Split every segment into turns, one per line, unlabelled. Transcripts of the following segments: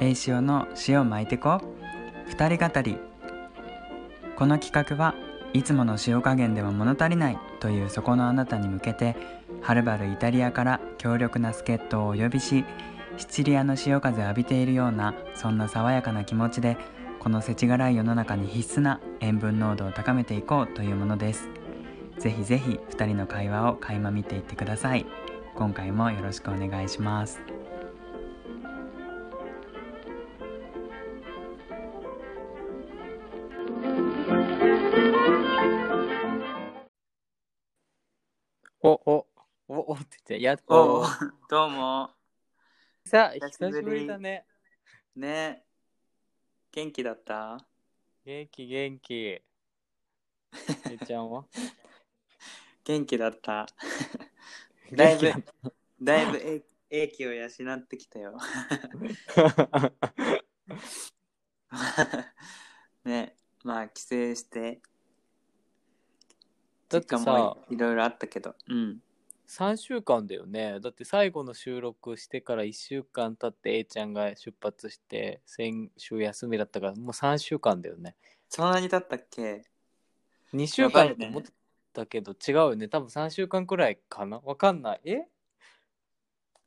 栄潮の塩巻いてこ二人語りこの企画はいつもの塩加減では物足りないというそこのあなたに向けてはるばるイタリアから強力な助っ人をお呼びしシチリアの潮風を浴びているようなそんな爽やかな気持ちでこの世知辛い世の中に必須な塩分濃度を高めていこうというものですぜひぜひ2人の会話を垣間見ていってください今回もよろしくお願いします
お、お、お、お って言って、やっ
お
と。
どうも
さあ、
久
久
し
し
ぶり
ぶりだね。
ね元気だった
元気、元気。えちゃんは
元気だっただいぶ
元
だいぶ え英気を養ってきたよ
気だ
ねまあ帰省して
だって
実家も
さ、
いいろいろあったけどうん
3週間だよね。だって最後の収録してから1週間経って、えちゃんが出発して、先週休みだったから、もう3週間だよね。
そんなにだったっけ
2週間
やば
だと
いね
思ったけど、違うよね。多分3週間くらいかなわかんない。え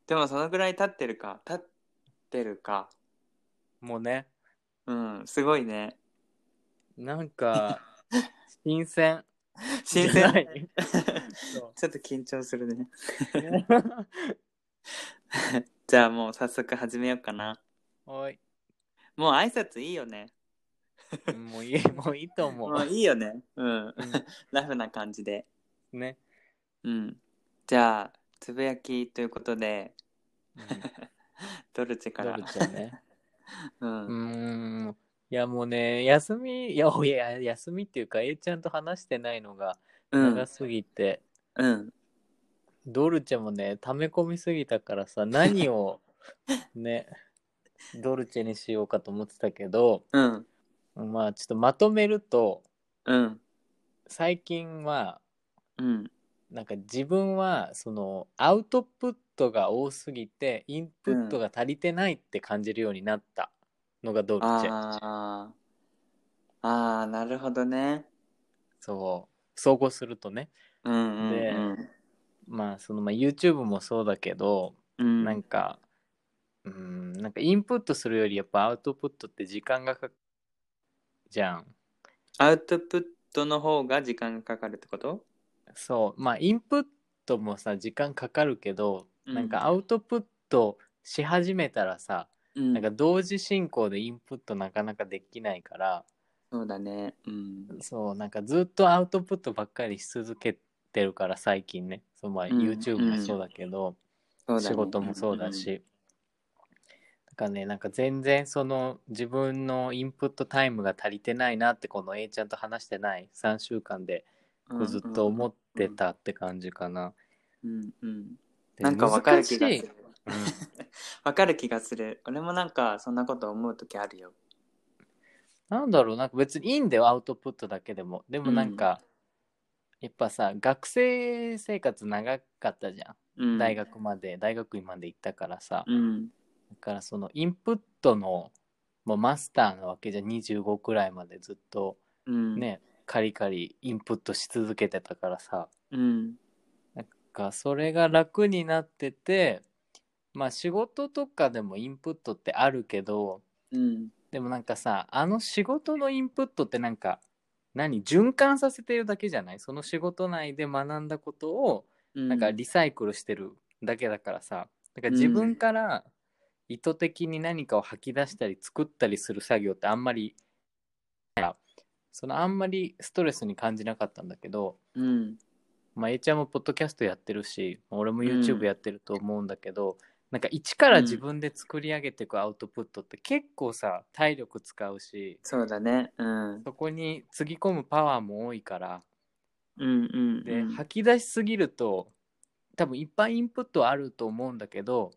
でもそのぐらい経ってるか経ってるか
もうね、
うんすごいね
なん か、新鮮。
新
じゃ
鮮
ない
ちょっと緊張するね
そう
じゃあもう早速始めようかな
おい、
もう挨拶いいよね
もういい、もういいと思
もう
う。
いいよねうん
う
ラフな感じで
んね。
うんじゃあつぶやきということで
うん
ドルチェか
ド
ら
ルちゃんね。
うん
うーん。いやもうね、休み、いや、おいや、休みっていうか、A ちゃんと話してないのが
うん
長すぎて、
うん
ドルチェもね、溜め込みすぎたからさ、何をね、ドルチェにしようかと思ってたけど、
うん
まあちょっとまとめると、
うん
最近は、
うん
なんか自分はそのアウトプットが多すぎてインプットが足りてないって感じるようになったのがドルチェ、
あーあーなるほどね
そう総合するとね
うんうん
でまあその、まあ、YouTube もそうだけど、
うん
なんかうんなんかインプットするよりやっぱアウトプットって時間がかかるじゃん
アウトプットの方が時間がかかるってこと
そうまあインプットもさ時間かかるけど、
うん
なんかアウトプットし始めたらさ
うん
なんか同時進行でインプットなかなかできないから
そうだねうん
そうなんかずっとアウトプットばっかりし続けてるから最近ねそう、まあ、
うん
YouTube もそうだけど、
そうだね
仕事もそうだし、だからねなんか全然その自分のインプットタイムが足りてないなってこの A ちゃんと話してない3週間で
うんうん
ずっと思ってたって感じかな。
うんうん
で
なんかわかる気が
難し
す
い
るわかる気がする俺もなんかそんなこと思う時あるよ
なんだろうなんか別にいいんだよアウトプットだけでもでもなんか、やっぱさ学生生活長かったじゃん、
うん
大学まで大学院まで行ったからさ、
うん
だからそのインプットのもうマスターなわけじゃん25くらいまでずっと
うん
ね、カリカリインプットし続けてたからさ
うん
がそれが楽になっててまあ仕事とかでもインプットってあるけど
うん
でもなんかさあの仕事のインプットってなんか何循環させてるだけじゃないその仕事内で学んだことを
うん
なんかリサイクルしてるだけだからさ、なんか自分から意図的に何かを吐き出したり作ったりする作業ってあんまりそのあんまりストレスに感じなかったんだけど、
うん
まあ、A ちゃんもポッドキャストやってるし俺も
うん
YouTube やってると思うんだけど、なんか一から自分で作り上げていくアウトプットって結構さ体力使うし
そうだねうん
そこにつぎ込むパワーも多いから
うんうん
で、
うん
吐き出しすぎると多分いっぱいインプットあると思うんだけど、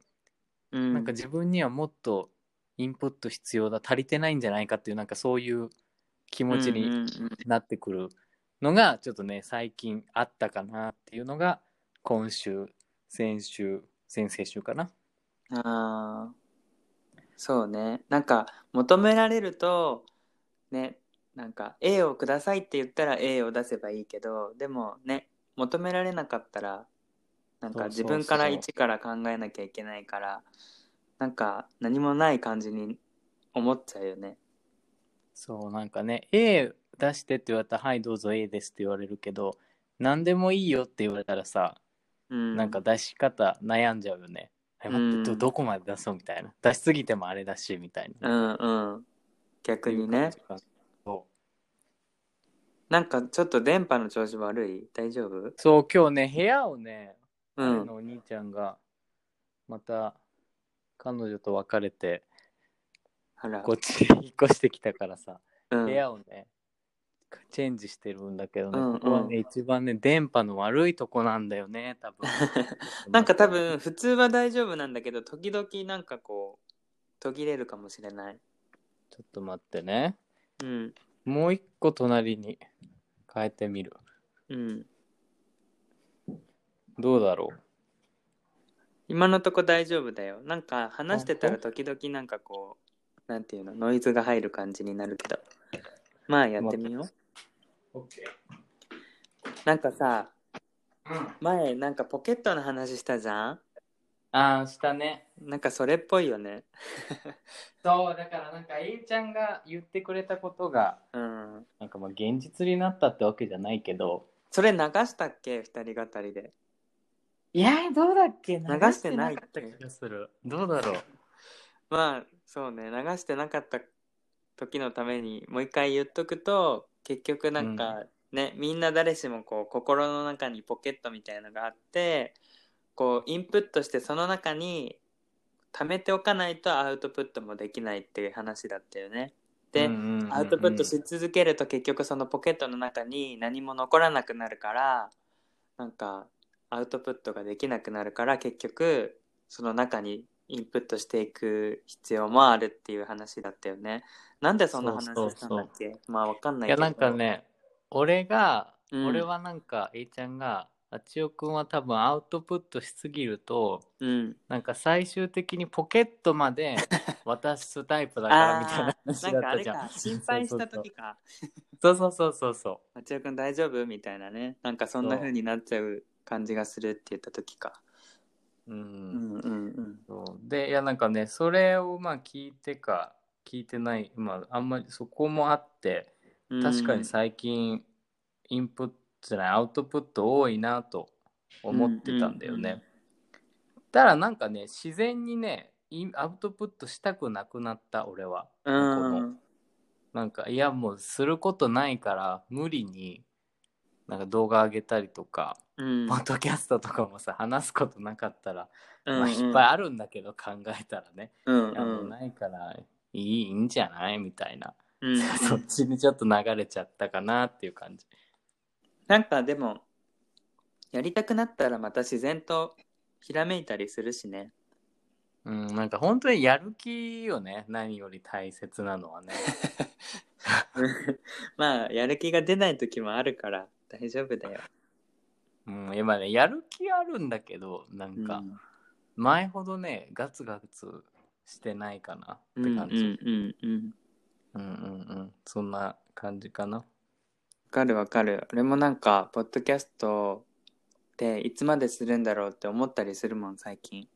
うん
なんか自分にはもっとインプット必要だ足りてないんじゃないかっていうなんかそういう気持ち
うん
に
うんうん
なってくるのがちょっとね最近あったかなっていうのが今週先週先々週かな
ああ
そうねなんか求められるとねなんか A をくださいって言ったら A を出せばいいけどでもね求められなかったらなんか
そうそうそ
自
う
分から一から考えなきゃいけないからなんか何もない感じに思っちゃうよね
そう、なんかね、A 出してって言われたら、はい、どうぞ A ですって言われるけど、何でもいいよって言われたらさ、
うん
なんか出し方悩んじゃうよね。え
うん
待ってど、どこまで出そうみたいな。出しすぎてもあれだし、みたいな。
うんうん逆にね
っていう感じかな。そう
なんかちょっと電波の調子悪い大丈夫
そう、今日ね、部屋をね、
う
あ
ん
のお兄ちゃんが、また、彼女と別れて、
あら
こっちに引っ越してきたからさ、
うん
部屋をね、チェンジしてるんだけどね、
うんうん
ここはね、一番ね、電波の悪いとこなんだよね、多分。
なんか多分普通は大丈夫なんだけど時々なんかこう途切れるかもしれない
ちょっと待ってね。
うん
もう一個隣に変えてみる。
うん
どうだろう
今のとこ大丈夫だよなんか話してたら時々なんかこうなんていうのノイズが入る感じになるけどまあやってみようなんかさ前なんかポケットの話したじゃん
ああ、したね。
なんかそれっぽいよね
そう、だからなんか、えいちゃんが言ってくれたことが、
うん
なんかまあ現実になったってわけじゃないけど、
それ流したっけ二人語りで
いやー、どうだっけ流
してなか
か
っ
ったた
気
気がする。どうだろう
まあそうね流してなかった時のためにもう一回言っとくと結局なんかね、みんな誰しもこう心の中にポケットみたいのがあってこうインプットしてその中に貯めておかないとアウトプットもできないっていう話だったよね。で、アウトプットし続けると結局そのポケットの中に何も残らなくなるからなんかアウトプットができなくなるから結局その中にインプットしていく必要もあるっていう話だったよね。なんでそんな話
そう
し
そ
た
うんそう
だっけまあわかんないいけ
や
ど。
なんかね俺が、
うん
俺はなんかえいちゃんがあちおくんは多分アウトプットしすぎると
うん。
なんか最終的にポケットま で渡すタイプだからみたい
あ
な
あ
話
ー、
だっ
なんかあ
た
れ
じゃん
か、心配した時か。
そうそうそうそうそ
松尾くん大丈夫みたいなね。なんかそんな風になっちゃう感じがするって言った時か。
ううん、
うんうんうん。
そうでいやなんかねそれをまあ聞いてか聞いてないまああんまりそこもあって
うん
確かに最近インプットじゃないアウトプット多いなと思ってたんだよね。
うんうん
たらなんかね自然にねインアウトプットしたくなくなった俺は。こ
うん
のなんかいやもうすることないから無理になんか動画上げたりとか、
うん
ポッドキャストとかもさ話すことなかったら、
うん
まあ、
うん
いっぱいあるんだけど考えたらね、
うん
いやもう
うん
ないからいいいいんじゃないみたいな。
うん
そっちにちょっと流れちゃったかなっていう感じ。
なんかでもやりたくなったらまた自然とひらめいたりするし ね
うん、なんか本当にやる気よね。何より大切なのは ね。
まあやる気が出ない時もあるから大丈夫だよ
うん、今ね、やる気あるんだけど、なんか
うん
前ほどね、ガツガツしてないかなって感じ。
うんうんうん
う
うん
んうんうん。そんな感じかな。
わかるわかる俺もなんかポッドキャストっていつまでするんだろうって思ったりするもん最近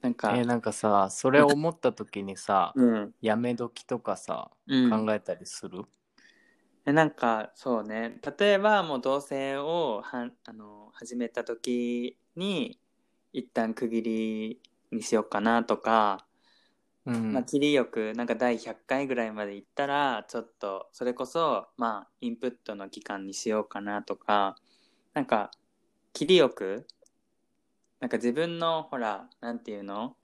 なん
え
か、
ーなんかさ、それ思った時にさ、
うん
やめ時とかさ、
うん
考えたりする、
えなんかそうね例えばもう同棲をはんあの始めた時に一旦区切りにしようかなとか、
うん、
まあ、切りよくなんか第100回ぐらいまで行ったらちょっとそれこそまあインプットの期間にしようかなとかなんか切りよくなんか自分のほらなんていうの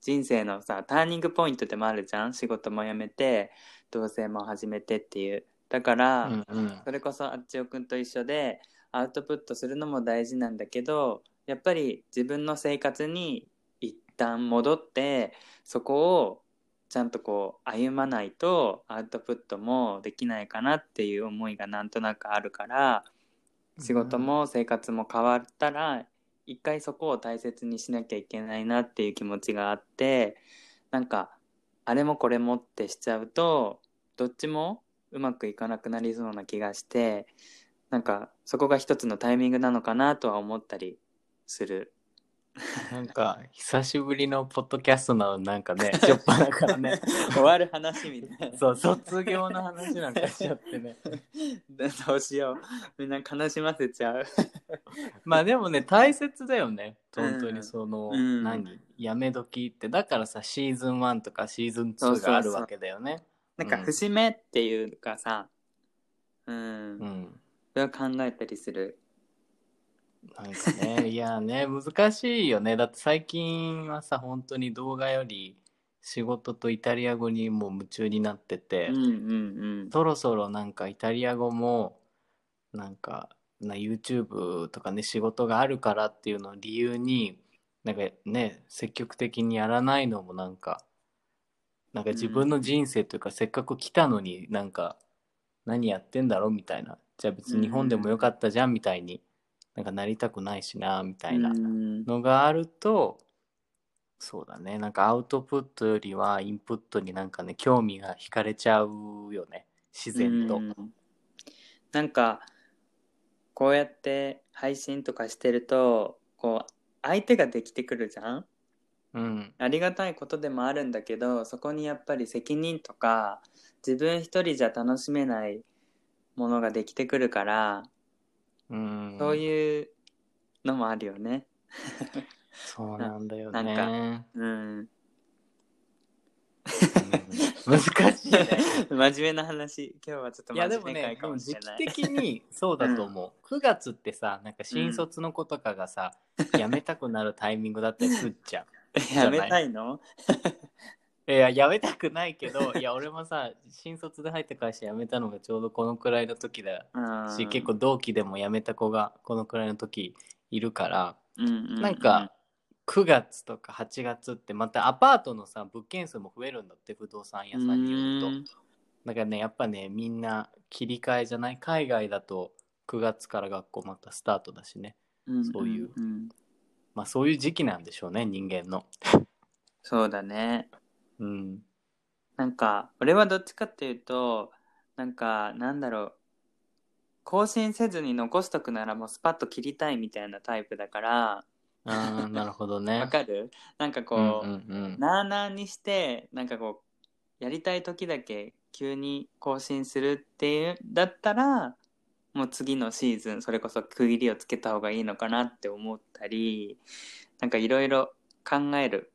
人生のさターニングポイントでもあるじゃん仕事も辞めて同棲も始めてっていうだから、
うんうん
それこそあっちおくんと一緒でアウトプットするのも大事なんだけどやっぱり自分の生活に一旦戻ってそこをちゃんとこう歩まないとアウトプットもできないかなっていう思いがなんとなくあるから仕事も生活も変わったら一回そこを大切にしなきゃいけないなっていう気持ちがあってなんかあれもこれもってしちゃうとどっちもうまくいかなくなりそうな気がしてなんかそこが一つのタイミングなのかなとは思ったりする
なんか、久しぶりのポッドキャストなのになんかね、しょっぱなからね、
終わる話みたいな
そう、卒業の話なんかしちゃってね。
どうしようみんな悲しませちゃう
まあでもね、大切だよね。本当にその、
うん
何、やめ時って。だからさ、シーズン1とかシーズン
そ
2
うそうそう
があるわけだよね。
なんか節目っていうかさうん、
うん。
それは考えたりする
なんかね、 いやね、難しいよね。だって最近はさ、本当に動画より仕事とイタリア語にもう夢中になってて。
うんうん
そろそろなんかイタリア語もなんかな YouTube とかね仕事があるからっていうのを理由になんかね積極的にやらないのもなんかなんか自分の人生というか、せっかく来たのになんか何やってんだろうみたいなじゃあ別に日本でもよかったじゃんみたいになんかなりたくないしなみた
う
いなんのがあるとそうだねなんかアウトプットよりはインプットになんかね興味が惹かれちゃうよね自然と、
うんなんかこうやって配信とかしてるとこう相手ができてくるじゃん
うん
ありがたいことでもあるんだけどそこにやっぱり責任とか自分一人じゃ楽しめないものができてくるから、
うん、
そういうのもあるよね。
そうなんだよね
なんうん、
うん難しい ね
真面目な話今日はちょっと
いやで
真
も
面目
ね
会
で
か
も
もし
時
れ
期
ない。
的にそうだと思う、9月ってさなんか新卒の子とかがさ、辞めたくなるタイミングだったりすっちゃう
やめたいの
いや辞めたくないけどいや俺もさ新卒で入った会社辞めたのがちょうどこのくらいの時だし結構、同期でも辞めた子がこのくらいの時いるから、
うんうんう
なんか9月とか8月ってまたアパートのさ物件数も増えるんだって不動産屋さんによると
うん
だからねやっぱねみんな切り替えじゃない海外だと9月から学校またスタートだしねそういうん
んん
まあそういう時期なんでしょうね人間の
そうだね
うん
なんか俺はどっちかっていうとなんかなんだろう更新せずに残しとくならもうスパッと切りたいみたいなタイプだから
あー なるほどね
わかるなんかこう、
うんうんうん、
なあなあにしてなんかこうやりたい時だけ急に更新するっていうんだったらもう次のシーズンそれこそ区切りをつけた方がいいのかなって思ったりなんかいろいろ考える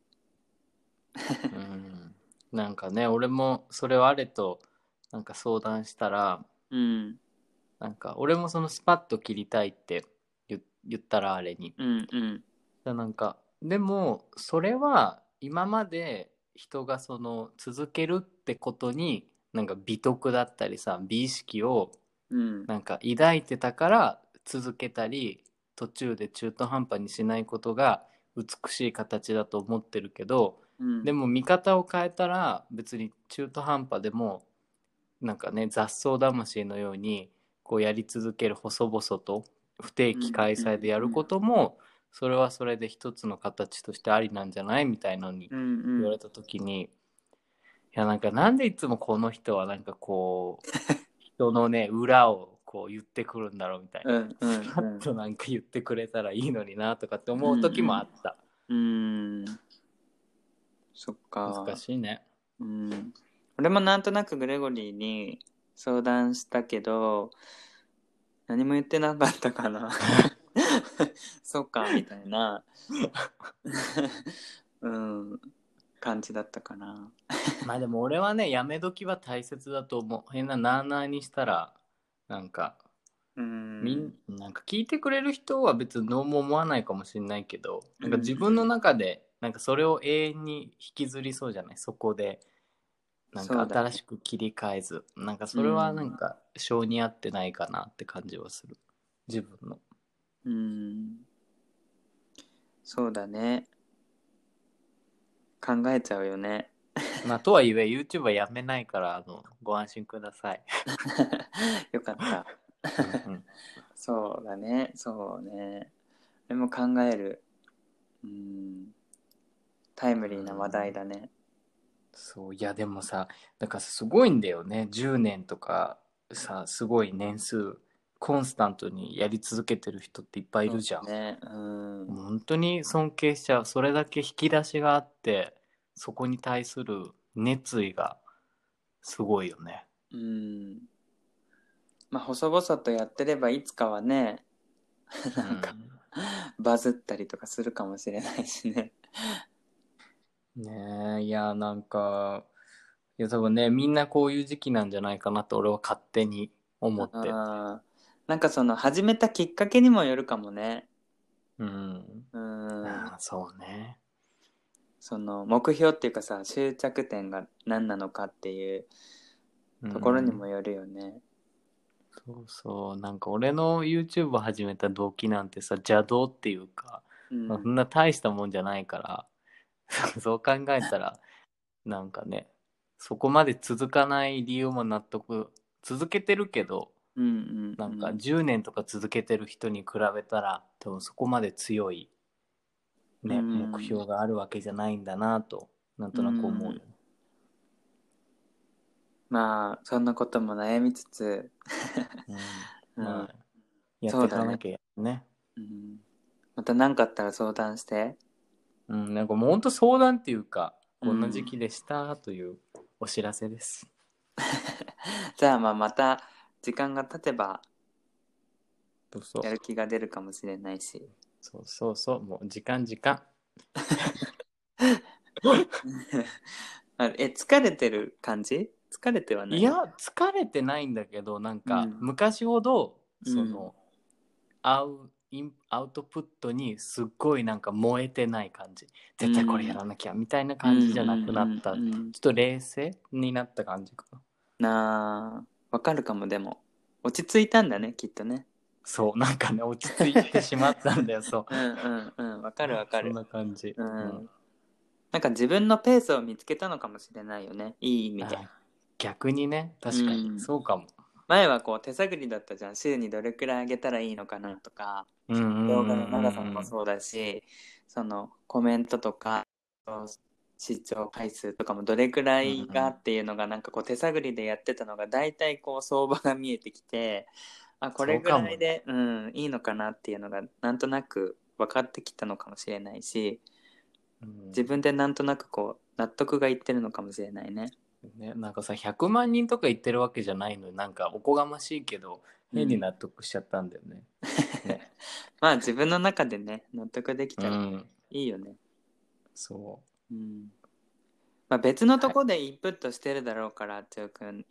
うんなんかね俺もそれをあれとなんか相談したら
うん
なんか俺もそのスパッと切りたいって言言ったらあれに
うんうん
だなんかでもそれは今まで人がその続けるってことになんか美徳だったりさ美意識を
うん
なんか抱いてたから続けたり途中で中途半端にしないことが美しい形だと思ってるけど
うん
でも見方を変えたら別に中途半端でもなんかね雑草魂のようにこうやり続ける細々と不定期開催でやることもそれはそれで一つの形としてありなんじゃないみたいなのに
うんうん
言われた時にいやなんかなんでいつもこの人はなんかこう人のね裏をこう言ってくるんだろうみたいな。
うんうん
スパッとなんか言ってくれたらいいのになとかって思う時もあった、
うん、 うん、そっか
難しいね
うん、俺もなんとなくグレゴリーに相談したけど何も言ってなかったかな そうかみたいな うん感じだったかな
まあでも俺はねやめ時は大切だと思う変ななあなあにしたらなんか
うん
みん、なんか聞いてくれる人は別に何も思わないかもしれないけどなんか
うん
自分の中でなんかそれを永遠に引きずりそうじゃないそこでなん
そ
か
うだね
新しく切り替えず、なんかそれはなんか性に合ってないかなって感じはする自分の
うんそうだね考えちゃうよね
まあとはいえ YouTube はやめないからあのご安心くだ さい、
よかった
うん
そうだね、そうね。でも考える。うん。タイムリーな話題だね。
そういやでもさだからすごいんだよね10年とかさすごい年数コンスタントにやり続けてる人っていっぱいいるじゃん、
ね。うん。
本当に尊敬しちゃうそれだけ引き出しがあってそこに対する熱意がすごいよね
うん。まあ、細々とやってれば、いつかはね、なんか、バズったりとかするかもしれないしね。
ねえいやなんかいや多分ねみんなこういう時期なんじゃないかなと俺は勝手に思って
あーなんかその、始めたきっかけにもよるかもね。
うん、
うん
あ。あそうね
その、目標っていうかさ、執着点が何なのかっていう
うん
ところにもよるよね。
そうそうなんか俺の YouTube を始めた動機なんてさ邪道っていうか、
うん。
まあそんな大したもんじゃないから そう考えたらなんかねそこまで続かない理由も納得続けてるけど
うんうん。
なんか10年とか続けてる人に比べたら多分そこまで強い、ね
うん
目標があるわけじゃないんだなとなんとなく思うよ、
まあ、そんなことも悩みつつ、
うん
うん
まあやっていかなきゃね
うんまた何かあったら相談して。
うん、なんかもうほんと相談っていうか、
うん
こんな時期でしたというお知らせです。
じゃあまあまた時間が経てば
そうそう
やる気が出るかもしれないし。
そうそうそう、もう時間時間。
あえ、疲れてる感じ疲れてはない
いや、疲れてないんだけど、なんか
うん
昔ほど、
うん
その、アウインアウトプットにすっごいなんか燃えてない感じ。絶対これやらなきゃみたいな感じじゃなくなった。
うんうんうんうん
ちょっと冷静になった感じかな。
なあ、わかるかもでも。落ち着いたんだね、きっ とね。
そう、なんかね、落ち着いてしまったんだよ、そう。
うんうんうん、わかるわか
そ
る
ん。な感じ。
うん。なんか自分のペースを見つけたのかもしれないよね。いい意味で。
あ逆にね確かに、
うん
そうかも、
前はこう手探りだったじゃん。週にどれくらい上げたらいいのかなとか。
うんうんうん
動画の長さもそうだし、そのコメントとか視聴回数とかもどれくらいがっていうのがなんかこう手探りでやってたのが大体こう相場が見えてきてあこれぐらいで、うん、いいのかなっていうのがなんとなく分かってきたのかもしれないし
うん
自分でなんとなくこう納得がいってるのかもしれないね。
ね、なんかさ100万人とか言ってるわけじゃないのになんかおこがましいけど変に納得しちゃったんだよね、ね
まあ自分の中でね納得でき
う
たら
ん
いいよね。
そ
うんまあ、別のとこでインプットしてるだろうから、つよくん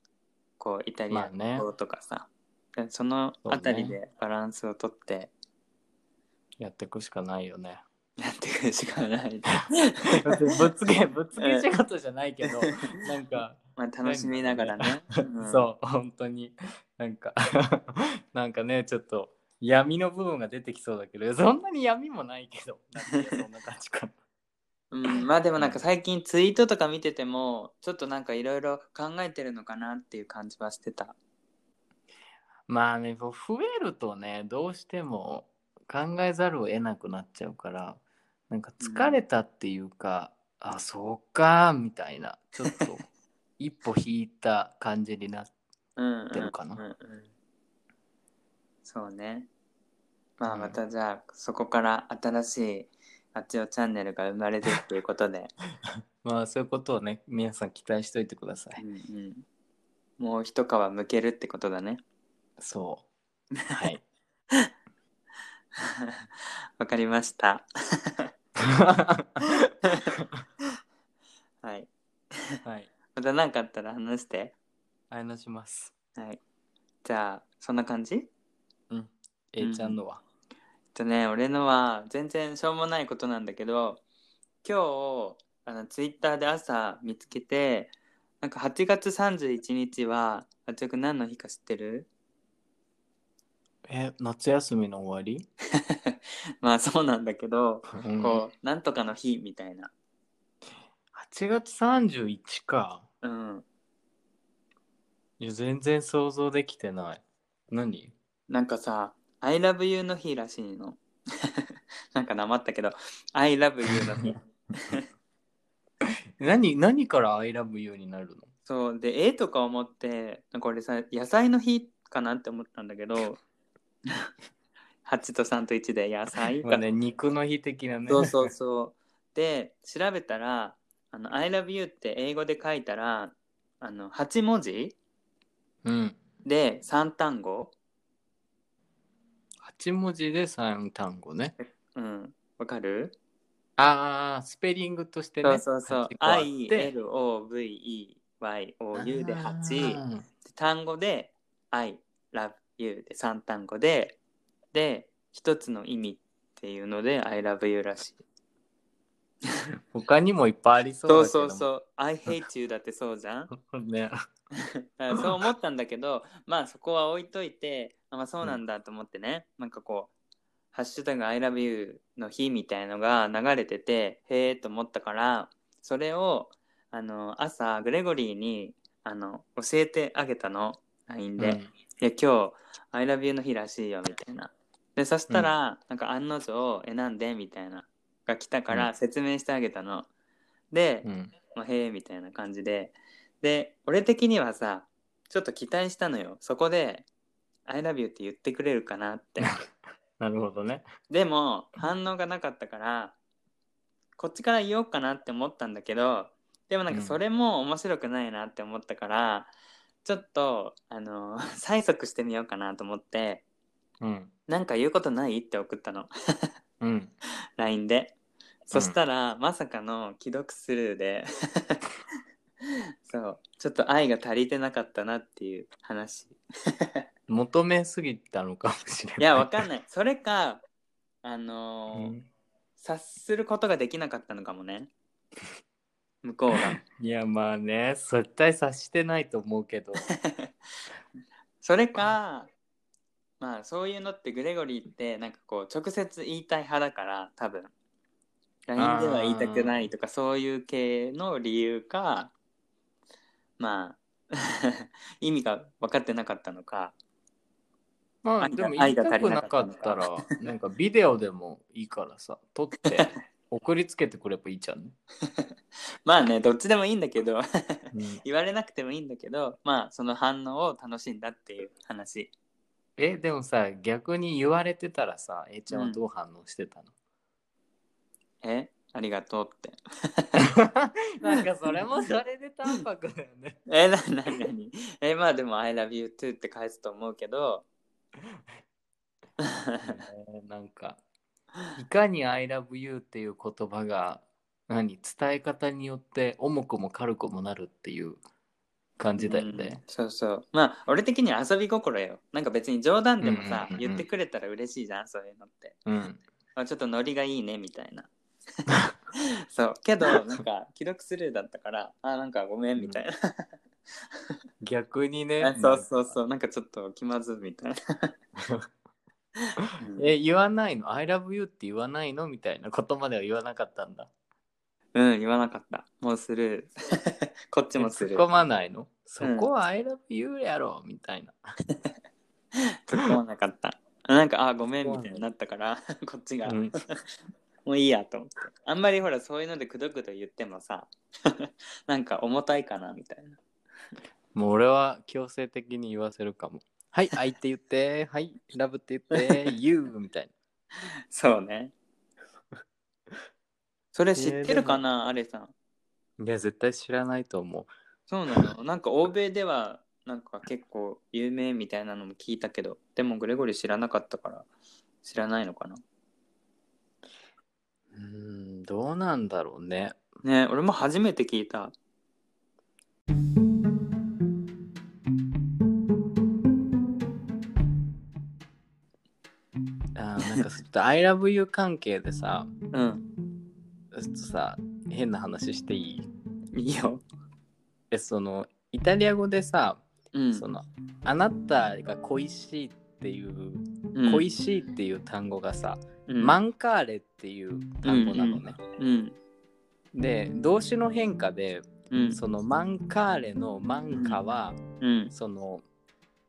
こうイタリア
まあね
語とかさ、でそのあたりでバランスをとって
うやっていくしかないよ ね
やっていくしかない、
ぶっつけぶっつけ仕事じゃないけどなんか、
まあ楽しみながらね、うん
そう本当になんか なんかねちょっと闇の部分が出てきそうだけどそんなに闇もないけどなんかそんな感じかな
うん、まあでもなんか最近ツイートとか見ててもちょっとなんかいろいろ考えてるのかなっていう感じはしてた
まあね、こう増えるとね、どうしても考えざるを得なくなっちゃうから、なんか疲れたっていうか、あ、そうか、みたいな、ちょっと一歩引いた感じになっ
うんうん
てるかな
うんうん、そうねまあまたじゃあそこから新しいあっちおチャンネルが生まれてるということ で
まあそういうことをね、皆さん期待しといてください。
うんうんもう一皮むけるってことだね。
そう。はい。
わかりま した。はい。
はい。
また何かあったら話して。
あやなします。
はい。じゃあ、そんな感じ
うん。A ちゃんのは。
じゃね、俺のは全然しょうもないことなんだけど、今日、あの、ツイッターで朝見つけて、なんか8月31日は、あっちょくん何の日か知ってる
え、夏休みの終わり
まあそうなんだけど、
うん
こう、なんとかの日みたいな。
?8 月31か。
うん。
いや、全然想像できてない。何
なんかさ、I love you の日らしいの。なんかなまったけど、I love you の日。
何、何から I love you になるの
そうで絵とか思ってなんか俺さ野菜の日かなって思ったんだけど 8と3と1で野菜
まあ
かな、
ね、肉の日的なね。
そうそうそうで調べたら「あの I love you」って英語で書いたらあの8文字
うん。
で3単語
8文字で3単語ね。
うんわかる、
ああ、スペリングとして
そう
ね。
そうそう
8
「
個あって
ILOVEYOU」で8。
あー
単語で「I love you」で3単語でで一つの意味っていうので「I love you」らしい
他にもいっぱいありそうだ
そ
け
う
ど。
そうそう「I hate you」だってそうじゃん
う。 ね。
だからそう思ったんだけどまあそこは置いといてあまあそうなんだと思ってね、なんかこう「ハッシュタグ #I love you」の日みたいのが流れててへえと思ったからそれをあの朝グレゴリーにあの教えてあげたの LINE で。
うん
いや今日「I love you」の日らしいよみたいなでそしたら、なんか案の定「えなんで?」みたいなが来たか
う
ら説明してあげたの、で、
うん。
まあ、へえみたいな感じでで俺的にはさちょっと期待したのよそこで「I love you」って言ってくれるかなって
なるほどね。
でも反応がなかったからこっちから言おうかなって思ったんだけどでもなんか
うん
それも面白くないなって思ったから、ちょっとあの 催促してみようかなと思って
うん。
なんか言うことないって送ったの
うん。
LINE でそしたら、まさかの既読スルーで そうちょっと愛が足りてなかったなっていう話
求めすぎたのかもしれない。
いやわかんないそれかあのー
うん
察することができなかったのかもね向こうが
いや、まあね、絶対察してないと思うけど。
それかまあそういうのってグレゴリーってなんかこう直接言いたい派だから多分 LINE では言いたくないとかそういう系の理由かまあ 意味が分かってなかったのか
まあ
愛
で
が
も言いたくなか
愛が足りなかっ
ったたら、なんかビデオでもいいからさ、撮 って送りつけてくればいいじゃんね。
まあねどっちでもいいんだけど
うん
言われなくてもいいんだけどまあその反応を楽しんだっていう話
え、でもさ、逆に言われてたらさ、えちゃんはどう反応してたの、
えありがとうって
なんかそれもそれで淡白だよね。
えなななにえまあでも「I love you too」って返すと思うけど
ねなんか、いかに I love you っていう言葉が、何、伝え方によって重くも軽くもなるっていう感じだよ
うん
ね。
そうそうまあ俺的には遊び心よなんか別に冗談でもさ、
うんうんうんうん
言ってくれたら嬉しいじゃんそういうのって、
うん。
あ、ちょっとノリがいいねみたい なそうけどなんか既読スルーだったからあなんかごめんみたい
逆に
な、。
ね
そうそうそうなんかちょっと気まずいみたい なうん
え、言わないの ?I love you って言わないのみたいなことまでは言わなかったんだ。
うん言わなかったもうスルー こっちもス
突っ
ルー
込まないのそこは I love you やろみたいな。
突っ込まなかったなんかあごめんみたいになったから こっちが、
うん
もういいやと思ってあんまりほらそういうのでくどくど言ってもさ なんか重たいかなみたいな
もう俺は強制的に言わせるかも。はい、愛って言って、はい、ラブって言って、you みたい
そうねそれ知ってるかな、アレさん
な。いや、絶対知らないと思う。
そうなのなんか欧米ではなんか結構有名みたいなのも聞いたけどでもグレゴリー知らなかったから知らないのかな
うーん、どうなんだろうね。
ね俺も初めて聞いた
あーなんかちょっと I love you 関係でさ、
うん
ちょっとさ、変な話していい
いいよ
え、その、イタリア語でさ、
うん
その、あなたが恋しいっていう、
うん
恋しいっていう単語がさ、
うん
マンカーレっていう単語なのね。
うん
で動詞の変化で、
うん
そのマンカーレのマンカは、
うん
その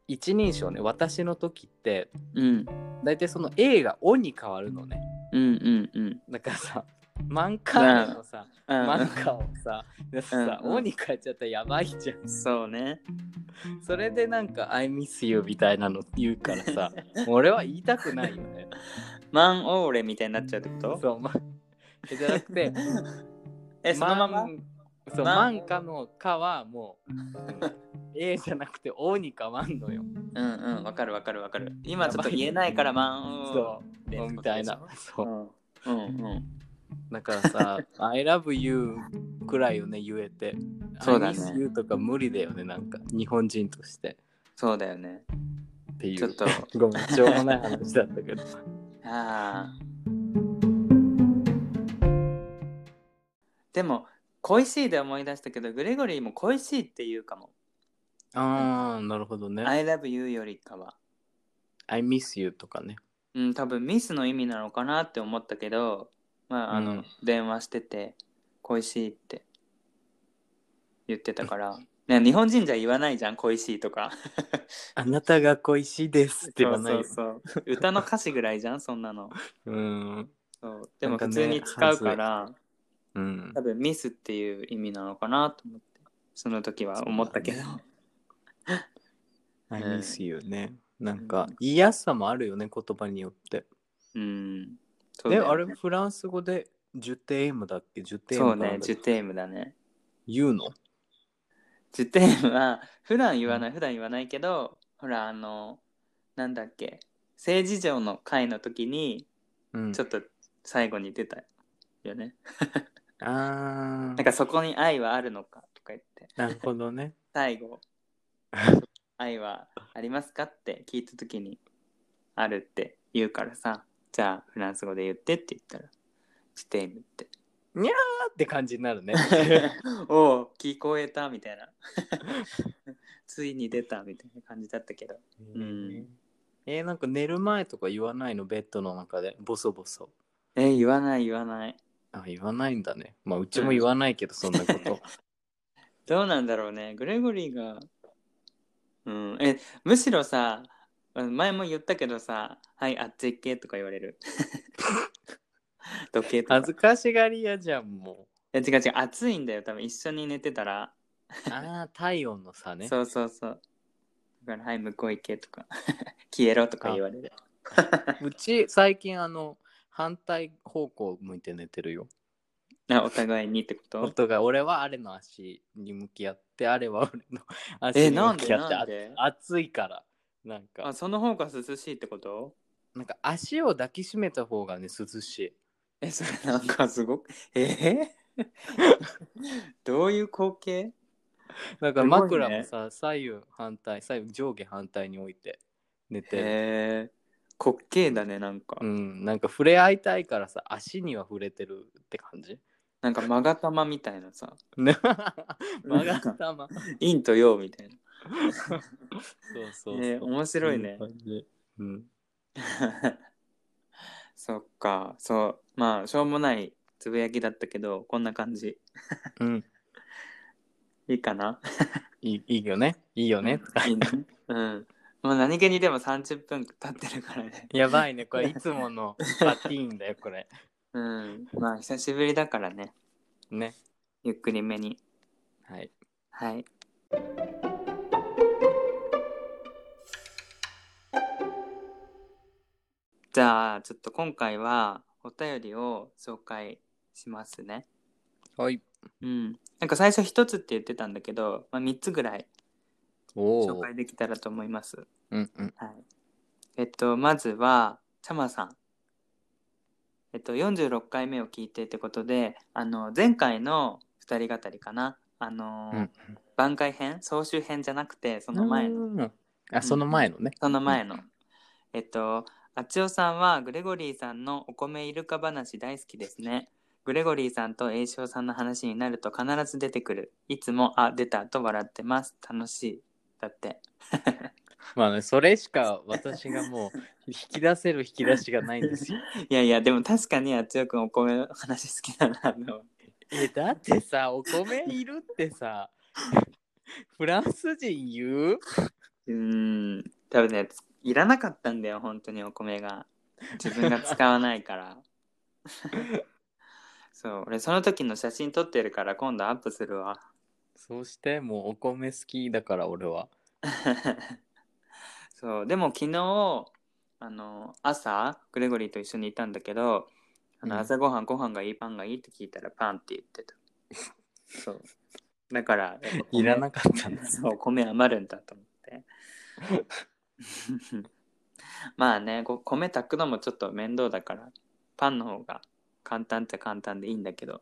一人称ね私の時って
うん
大体その A が「お」に変わるのね
うんうんうん
だからさ漫画のさ、
う
漫
ん、
画をさ、でさ、
うんうん
オに変えちゃったらやばいじゃん。
そうね。
それでなんか、I miss you みたいなの言うから さ、もう俺は言いたくないよね。
マンオーレみたいになっちゃうってこと
そう、ま、えじゃなくて、
え、そのまま
マンそう、
マ
マ
ン
ンカのカはも う、A じゃなくて、オに変わんのよ。
うんうん、わかるわかるわかる。今ちょっと言えないからマンオ
そ
ーレ
う、みたいな。。そうう。
んうんうん。
だから さ、I love you くらいよね、言えて。
そうだね
I miss you とか無理だよね、なんか、日本人として。
そうだよね。
っていう。
ちょっと、
ごめん、しょうもない話だったけ ど。
ああ。でも、恋しいで思い出したけど、グレゴリーも恋しいって言うかも。
ああ、なるほどね。
I love you よりかは。
I miss you とかね。
うん、多分ミスの意味なのかなって思ったけど、まあ、あの、
うん
電話してて、恋しいって言ってたから。ね、日本人じゃ言わないじゃん、恋しいとか。
あなたが恋しいですって言わないよ。
そうそうそう歌の歌詞ぐらいじゃん、そんなの。
うん。
そうでも
なんか
普
ね
通に使うから、
うん
多。分ミスっていう意味なのかなと思って、その時は思ったけど。
I miss you ね。なんか、言いやすさもあるよね、言葉によって。
うん。そう
で、
だよね
あれ、フランス語で、ジュテームだっけジュテーム
そうね、ジュ
ね、
テームだね。
言うの
ジュテームは、普段言わない、普段言わないけど、ほら、あの、なんだっけ、政治上の会の時に、
うん。
ちょっと最後に出たよね。
あ
なん
あ、
かそこに愛はあるのかとか言って、
なるほどね。
最後、愛はありますかって聞いた時に、あるって言うからさ、じゃあフランス語で言ってって言ったら、ジュテーム って。
あって感じになるね。
おう聞こえたみたいな ついに出たみたいな感じだったけどん
えーなんか寝る前とか言わないの、ベッドの中で、ボソボソ。
え言わない言わない
あ、言わないんだね。まあ、うちも言わないけど、そんな こと。
どうなんだろうねグレゴリーがうんえむしろさ前も言ったけどさ「はいあっち行け」とか言われる 時計とか
恥ずかしがり屋じゃん、も
え違う違う暑いんだよ多分一緒に寝てたら、
う。ああ、体温の差ね。
そうそうそうだから「はい向こう行け」とか 「消えろ」とか言われる
うち、最近、あの、反対方向向いて寝てるよ。
あお互いにってこと
夫が、俺はあれの足に向き合って、あれは俺の足
え
に
なん
向
で
き合って、
なん
あ
で
暑いから。なん
あ
か、
その方が涼しいってこと
なんか足を抱きしめた方がね、涼しい。
えそれなんかすごくえ ーどういう光景
なんか
すごいね
枕もさ、左右反対、左右上下反対に置いて寝てる。
えー、滑稽だねなんか、
うん、なんか触れ合いたいからさ、足には触れてるって感 じ。
なんかまがたまみたいなさ
ね曲がったま。
陰と陽みたいな
そうそうそう。
えー、面白いね
そ、うう感じ。うん。
そっかそうまあしょうもないつぶやきだったけどこんな感じ
うん。
いいかない
いいいよね。いいよね。
いいねうんもう何気にでも30分経ってるからね
やばいね。これいつものパティーンだよ、これ。
うんまあ久しぶりだからね
ね。
ゆっくりめに
はい。
はいじゃあちょっと今回はお便りを紹介しますね
はい。
うんなんか最初一つって言ってたんだけど、まあ、3つぐらい
お
紹
お。
介できたらと思います
うんうん。
はい。えっと、まずは、ちゃまさん。えっと、46回目を聞いてってことで、あの、前回の2人語りかな。あの、
うん
番外編総集編じゃなくて、その前の、
の。あ、その前のね。
その前の。えっと、あちおさんは、グレゴリーさんのお米イルカ話大好きですね。グレゴリーさんと栄翔さんの話になると必ず出てくる。いつも、あ、出たと笑ってます。楽しい。だって。
まあね、それしか私がもう引き出せる引き出しがないん ですよ。
いやいや、でも確かにあつよくんお米の話好きだなと思って。
え、だってさ、お米いるってさ、フランス人言う
うーん、多分ね、ついらなかったんだよ、本当にお米が。自分が使わないから。そう俺その時の写真撮ってるから今度アップするわ
そうしてもうお米好きだから俺は
そうでも昨日あの朝グレゴリーと一緒にいたんだけどあ
う
の
ん
朝ごはんご飯がいいパンがいいって聞いたらパンって言ってたそうだからやっぱ米
いらなかったんだ
そう米余るんだと思って まあねこ米炊くのもちょっと面倒だからパンの方が簡単っちゃ簡単でいいんだけど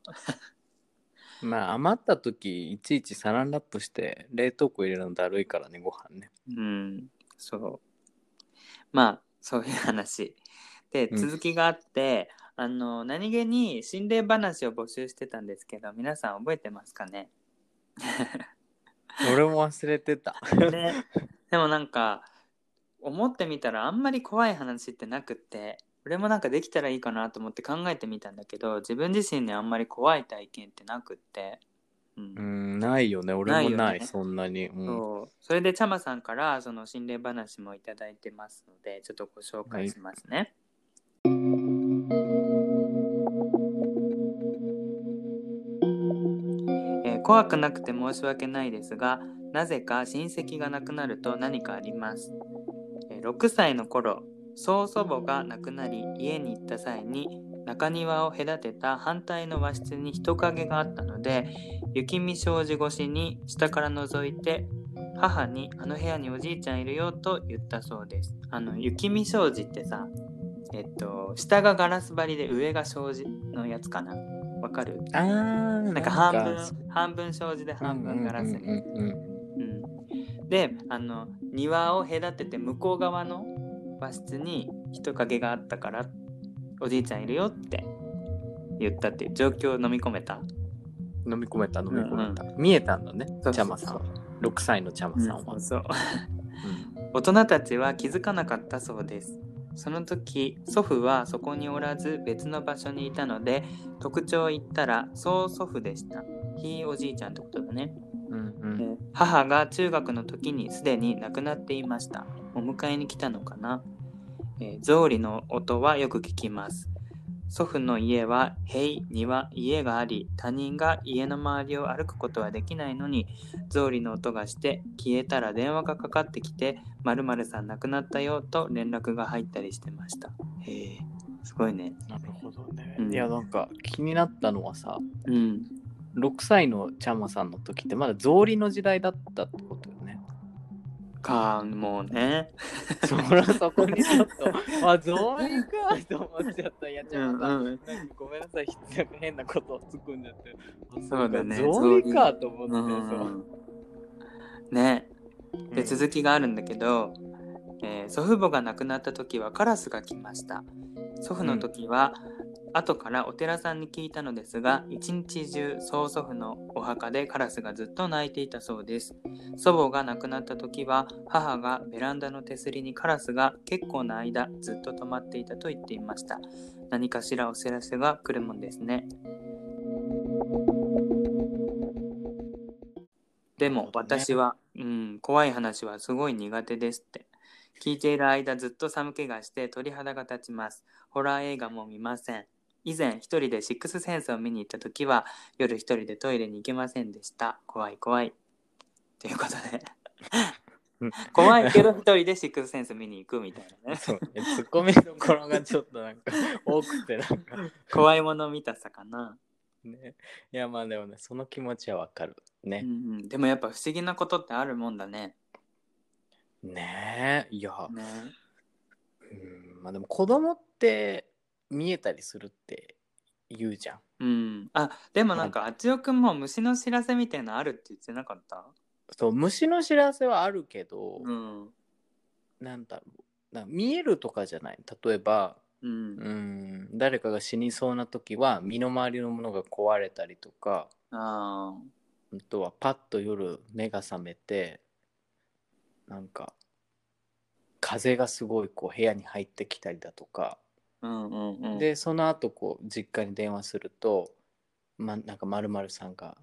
まあ余った時いちいちサランラップして冷凍庫入れるのだるいからねご飯ね
うんそうまあそういう話で
うん
続きがあって、あの何気に心霊話を募集してたんですけど皆さん覚えてますかね
俺も忘れてた
ねでもなんか思ってみたらあんまり怖い話ってなくって俺もなんかできたらいいかなと思って考えてみたんだけど自分自身にあんまり怖い体験ってなくって、うん
うんないよね俺もない
ないよね
そんなに、うん、
そうそれでチャマさんからその心霊話もいただいてますのでちょっとご紹介しますね、えー怖くなくて申し訳ないですがなぜか親戚が亡くなると何かあります、えー6歳の頃曽祖母が亡くなり家に行った際に中庭を隔てた反対の和室に人影があったので雪見障子越しに下から覗いて母に「あの部屋におじいちゃんいるよ」と言ったそうですあの雪見障子ってさえっと下がガラス張りで上が障子のやつかなわかる
あー
なんか半分半分障子で半分ガラスに、
うんうんうん
うんであの庭を隔てて向こう側の和室に人影があったからおじいちゃんいるよって言ったっていう状況を飲み込めた
飲み込めた飲み込めた、見えたんだね
そうそうそう
チャマさん6歳のチャマさんは、
そう 大人たちは気づかなかったそうですその時祖父はそこにおらず別の場所にいたので特徴を言ったら曽祖父でしたひいおじいちゃんってことだね
うんうんうん
えー母が中学の時にすでに亡くなっていましたお迎えに来たのかな、えー、草履の音はよく聞きます祖父の家は塀には家があり他人が家の周りを歩くことはできないのに草履の音がして消えたら電話がかかってきて「まるさん亡くなったよ」と連絡が入ったりしてましたへえすごいね
なるほどね、
うん
いやなんか気になったのはさ
うん
6歳のチャマさんの時ってまだ草履の時代だったってことよ ね
かもうね
そらそこにちょっ とあ草履かと思っちゃったいやチャマさん、
うん
なんかごめんなさい、なんか変なことを突っ込んじゃって。あ
そうだね
か草履かと思って、
うんね
そう。
で続きがあるんだけど、えー祖父母が亡くなった時はカラスが来ました祖父の時は、後からお寺さんに聞いたのですが一日中曽祖父のお墓でカラスがずっと鳴いていたそうです祖母が亡くなった時は母がベランダの手すりにカラスが結構な間ずっと止まっていたと言っていました何かしらお知らせが来るもんですねでも私は、うん、怖い話はすごい苦手ですって聞いている間ずっと寒気がして鳥肌が立ちますホラー映画も見ません以前一人でシックスセンスを見に行った時は夜一人でトイレに行けませんでした怖い怖いということで
うん
怖いけど一人でシックスセンス見に行くみたいなね
そうねツッコミどころがちょっとなんか多くてなんか
怖いもの見たさかな、
ね。いやまあでもね、その気持ちはわかる。ね。
うんうん、でもやっぱ不思議なことってあるもんだね
ねえいや、
ね
うんまあでも子供って見えたりするって言うじゃん
うんあでもなんかあちおくんも虫の知らせみたいなのあるって言ってなかった
そう虫の知らせはあるけど、
うん
なんだろうなんか見えるとかじゃない例えば
うん
うん誰かが死にそうな時は身の回りのものが壊れたりとか
あー
あとはパッと夜目が覚めてなんか風がすごいこう部屋に入ってきたりだとか
うんうんうん
でその後こう実家に電話すると、ま、なんか〇〇さんが、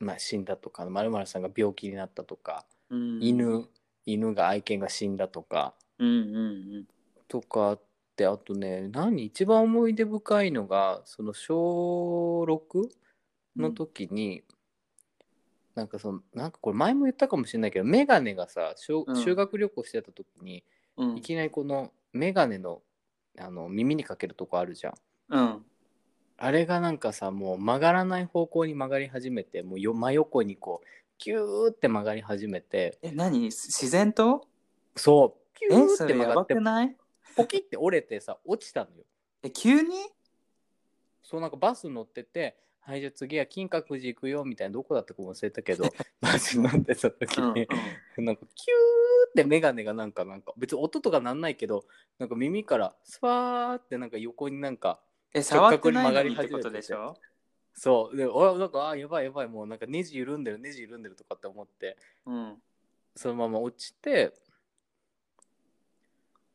まあ、死んだとか〇〇さんが病気になったとか、
うん
犬犬が愛犬が死んだとか
うんうん
とかであとね何一番思い出深いのがその小6の時に、なんかそのなんかこれ前も言ったかもしれないけどメガネがさ小
うん
修学旅行してた時に、
うん
いきなりこのメガネのあの耳にかけるとこあるじゃん。
うん
あれがなんかさもう曲がらない方向に曲がり始めてもうよ真横にこうキューって曲がり始めて
え何す自然と
そうキュ
え
ー
そ
って
れ
曲
や
が
ば
って
くない
ポキって折れてさ落ちたのよ。
え急に
そうなんかバス乗ってて「はいじゃあ次は金閣寺行くよ」みたいなどこだったか忘れたけ どバス乗ってた時
うんうん
に、なんかキューって眼鏡がなんかなんか別に音とかなんないけどなんか耳からスワーってなんか横になんか
え触ってないのにってことでしょ
そうで俺はなんかあーやばいやばいもうなんかネジ緩んでるネジ緩んでるとかって思って
うん
そのまま落ちて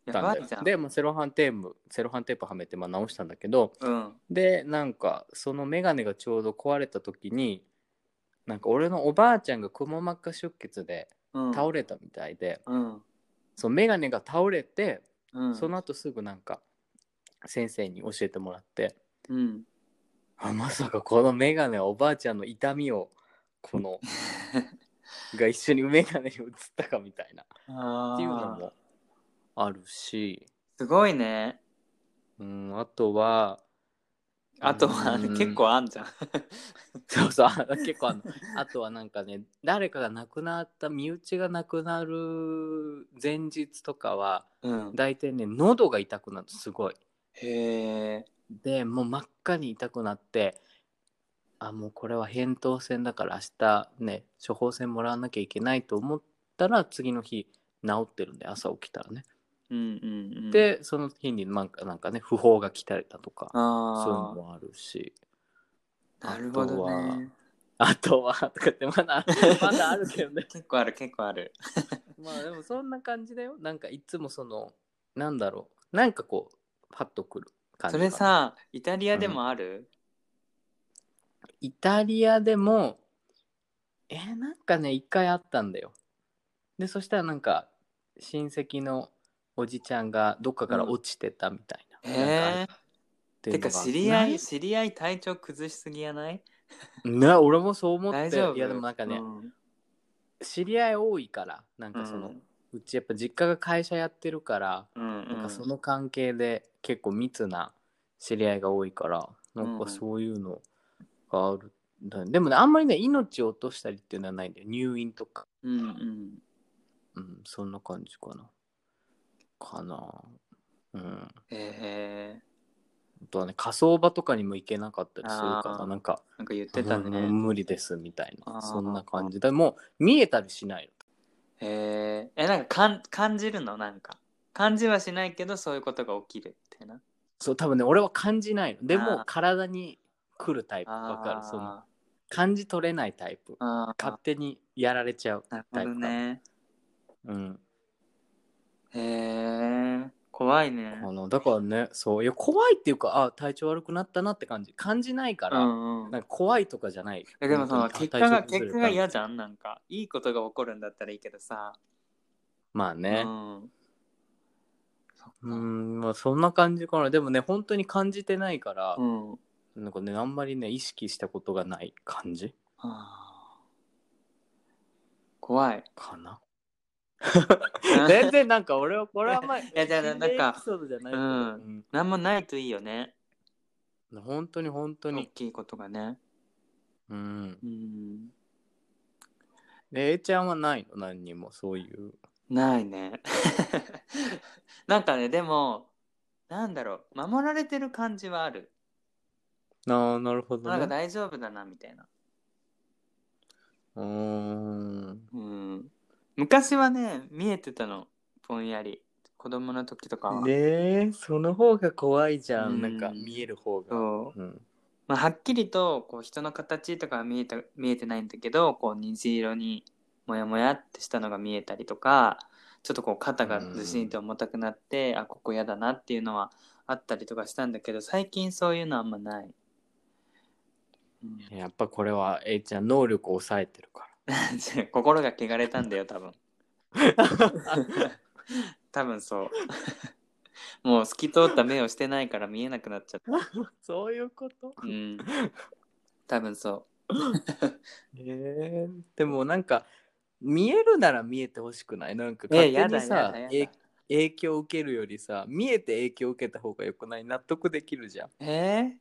や
たん
ば
だ
いじゃ
よ
ん
で、まあ、セロハンテープセロハンテープはめて、まあ、直したんだけど
うん
でなんかその眼鏡がちょうど壊れた時になんか俺のおばあちゃんがくも膜下出血で
うん、
倒れたみたいで、
うん
その眼鏡が倒れて、
うん
その後すぐなんか先生に教えてもらって
うん
あまさかこの眼鏡はおばあちゃんの痛みをこ のが一緒に眼鏡に移ったかみたいな
あ
っていうの
ー
もあるし
すごいね
うんあとは
あとは
うん
結構あんじゃん
そうそうあ結構あのあとはなんかね誰かが亡くなった身内が亡くなる前日とかは
うん
大体ね喉が痛くなるすごい
へえ
でもう真っ赤に痛くなってあもうこれは扁桃腺だから明日ね処方箋もらわなきゃいけないと思ったら次の日治ってるんで朝起きたらね、
うんうんうん
でその日になんかなんかね不法が来たりだとかそういうの
あ
もあるし
あなるほどね
あとはとかってま だまだあるけどね
結構ある結構ある
まあでもそんな感じだよなんかいつもそのなんだろうなんかこうパッとくる感じ
そ
かな
れさイタリアでもある、
イタリアでもえーなんかね一回あったんだよでそしたらなんか親戚のおじちゃんがどっかから落ちてたみたいな,、なんかあれ
へえ
ってい
て
うの
か
が
知り合
ない
知り合い体調崩しすぎやない
ね俺もそう思って
大丈夫
いやでもなんかね、
うん
知り合い多いからなんかその、うちやっぱ実家が会社やってるから、
うんうん
なんかその関係で結構密な知り合いが多いからなんかそういうのがある、だでもねあんまりね命を落としたりっていうのはないんだよ入院とか
うんうん
うん、そんな感じかな。かな。うん。
へえ
あとはね、火葬場とかにも行けなかったりするか
あ
ら、
ー
なんか、
なんか言ってた
もう
ね
無理ですみたい
あ
な、
ー
そんな感じで、もう見えたりしない
へええなんかかん感じるのなんか感じはしないけどそういうことが起きるってな
そう、多分ね、俺は感じないの。で
あ
も
ー、
体に来るタイプ、
あ
わかる。その
あ
感じ取れないタイプ。
あー
勝手にやられちゃう。
なるほどね
うん。
へえ怖いね
あのだからね、そう、いや、怖いっていうか、あ体調悪くなったなって感じ。感じないから、
うんうん
なんか怖いとかじゃない。
えでも
本
さ
当に
結果
あ
が
体調崩れ
結
た
果が嫌じゃんなんかいいことが起こるんだったらいいけどさ、
まあね。
うんそっか
うーん、まあそんな感じかな。でもね、本当に感じてないから、
うん
なんかね、あんまりね、意識したことがない感じ
あー 怖い
かな。 全然なんか俺は、これはま あ、い
やじゃあなんか
エピソードじゃないけ
う
ど、
んなんもないといいよね
うん本当に本当
大
に。
きいことがね
うん。
うん
で、A ちゃんはないの何にも、そういう。
ないね なんかねでもなんだろう守られてる感じはある
ああ、なるほど
なんか
ね。
大丈夫だなみたいな、
うーん。
うん、昔はね見えてたのぼんやり子供の時とかは、
ねえ、その方が怖いじゃん。
うん
なんか見える方が。
そう
うん。
まあ、はっきりとこう人の形とかは見えた見えてないんだけどこう虹色にモヤモヤってしたのが見えたりとかちょっとこう肩がずしんと重たくなって、あここ嫌だなっていうのはあったりとかしたんだけど最近そういうのあんまない。うん
やっぱこれは A ちゃん能力を抑えてるから。
心が 汚れたんだよ多分多分そうもう透き通った目をしてないから見えなくなっちゃ った。
そういうこと
うん。多分そ
えーでもなんか見えるなら見えてほしくないなんか
う。え、
勝手
やだ
に
や
さ、
だやだ。
え影響を受けるよりさ見えて影響を受けた方がよくない納得できるじゃん
え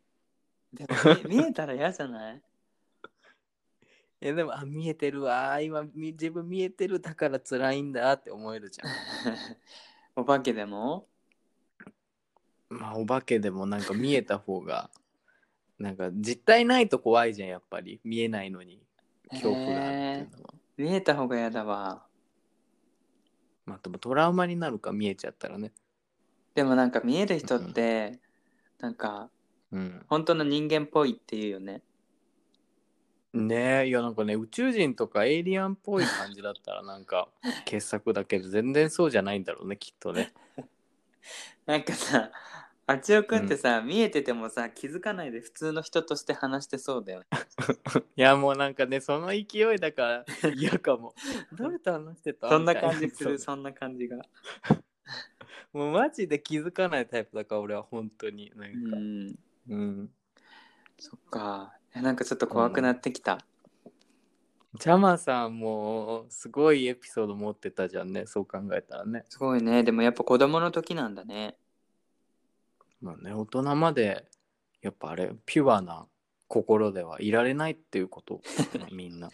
ー、で も見見えたら嫌じゃない
えでもあ見えてるわあ今み自分見えてるだから辛いんだって思えるじゃん
お化けでも
まあお化けでもなんか見えた方がなんか実体ないと怖いじゃんやっぱり見えないのに恐怖があるっていうのは、
見えた方が嫌だわ。
まあでもトラウマになるか見えちゃったらね
でもなんか見える人って、なんか
うん
本当の人間っぽいっていうよね。
ねえいやなんかね宇宙人とかエイリアンっぽい感じだったらなんか傑作だけど全然そうじゃないんだろうねきっとね
なんかさ、あちおくんってさ、見えててもさ、気づかないで普通の人として話してそうだよね。
いやもうなんかねその勢いだから嫌か も誰と話してた
そんな感じする、
みたい
そんな感じが。
なもうマジで気づかないタイプだから俺は本当にな
うん
か
ん、
うん、
そっか。えなんかちょっと怖くなってきた。
ジャマさんもすごいエピソード持ってたじゃんねそう考えたらね
すごいね。でもやっぱ子供の時なんだね。
まあね大人までやっぱあれピュアな心ではいられないっていうことだねみんな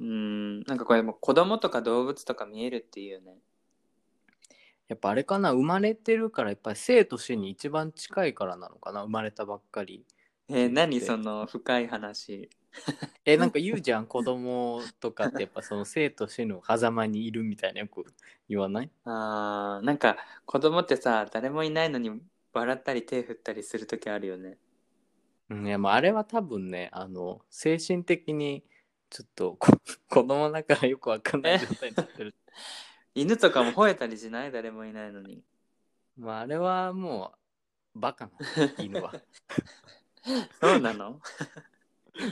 うん、なんかこれもう子供とか動物とか見えるっていうね。
やっぱあれかな生まれてるからやっぱり生と死に一番近いからなのかな生まれたばっかり
えー何
で
その深い話。
えなんか言うじゃん子供とかってやっぱその生と死の狭間にいるみたいなよく言わない
あーなんか子供ってさ、誰もいないのに笑ったり手振ったりする時あるよね。
うんいやまああれは多分ねあの精神的にちょっとこ 子供だからよくわかんない状態になってる
犬とかも吠えたりしない誰もいないのに。
まああれはもうバ カな犬は
そうなの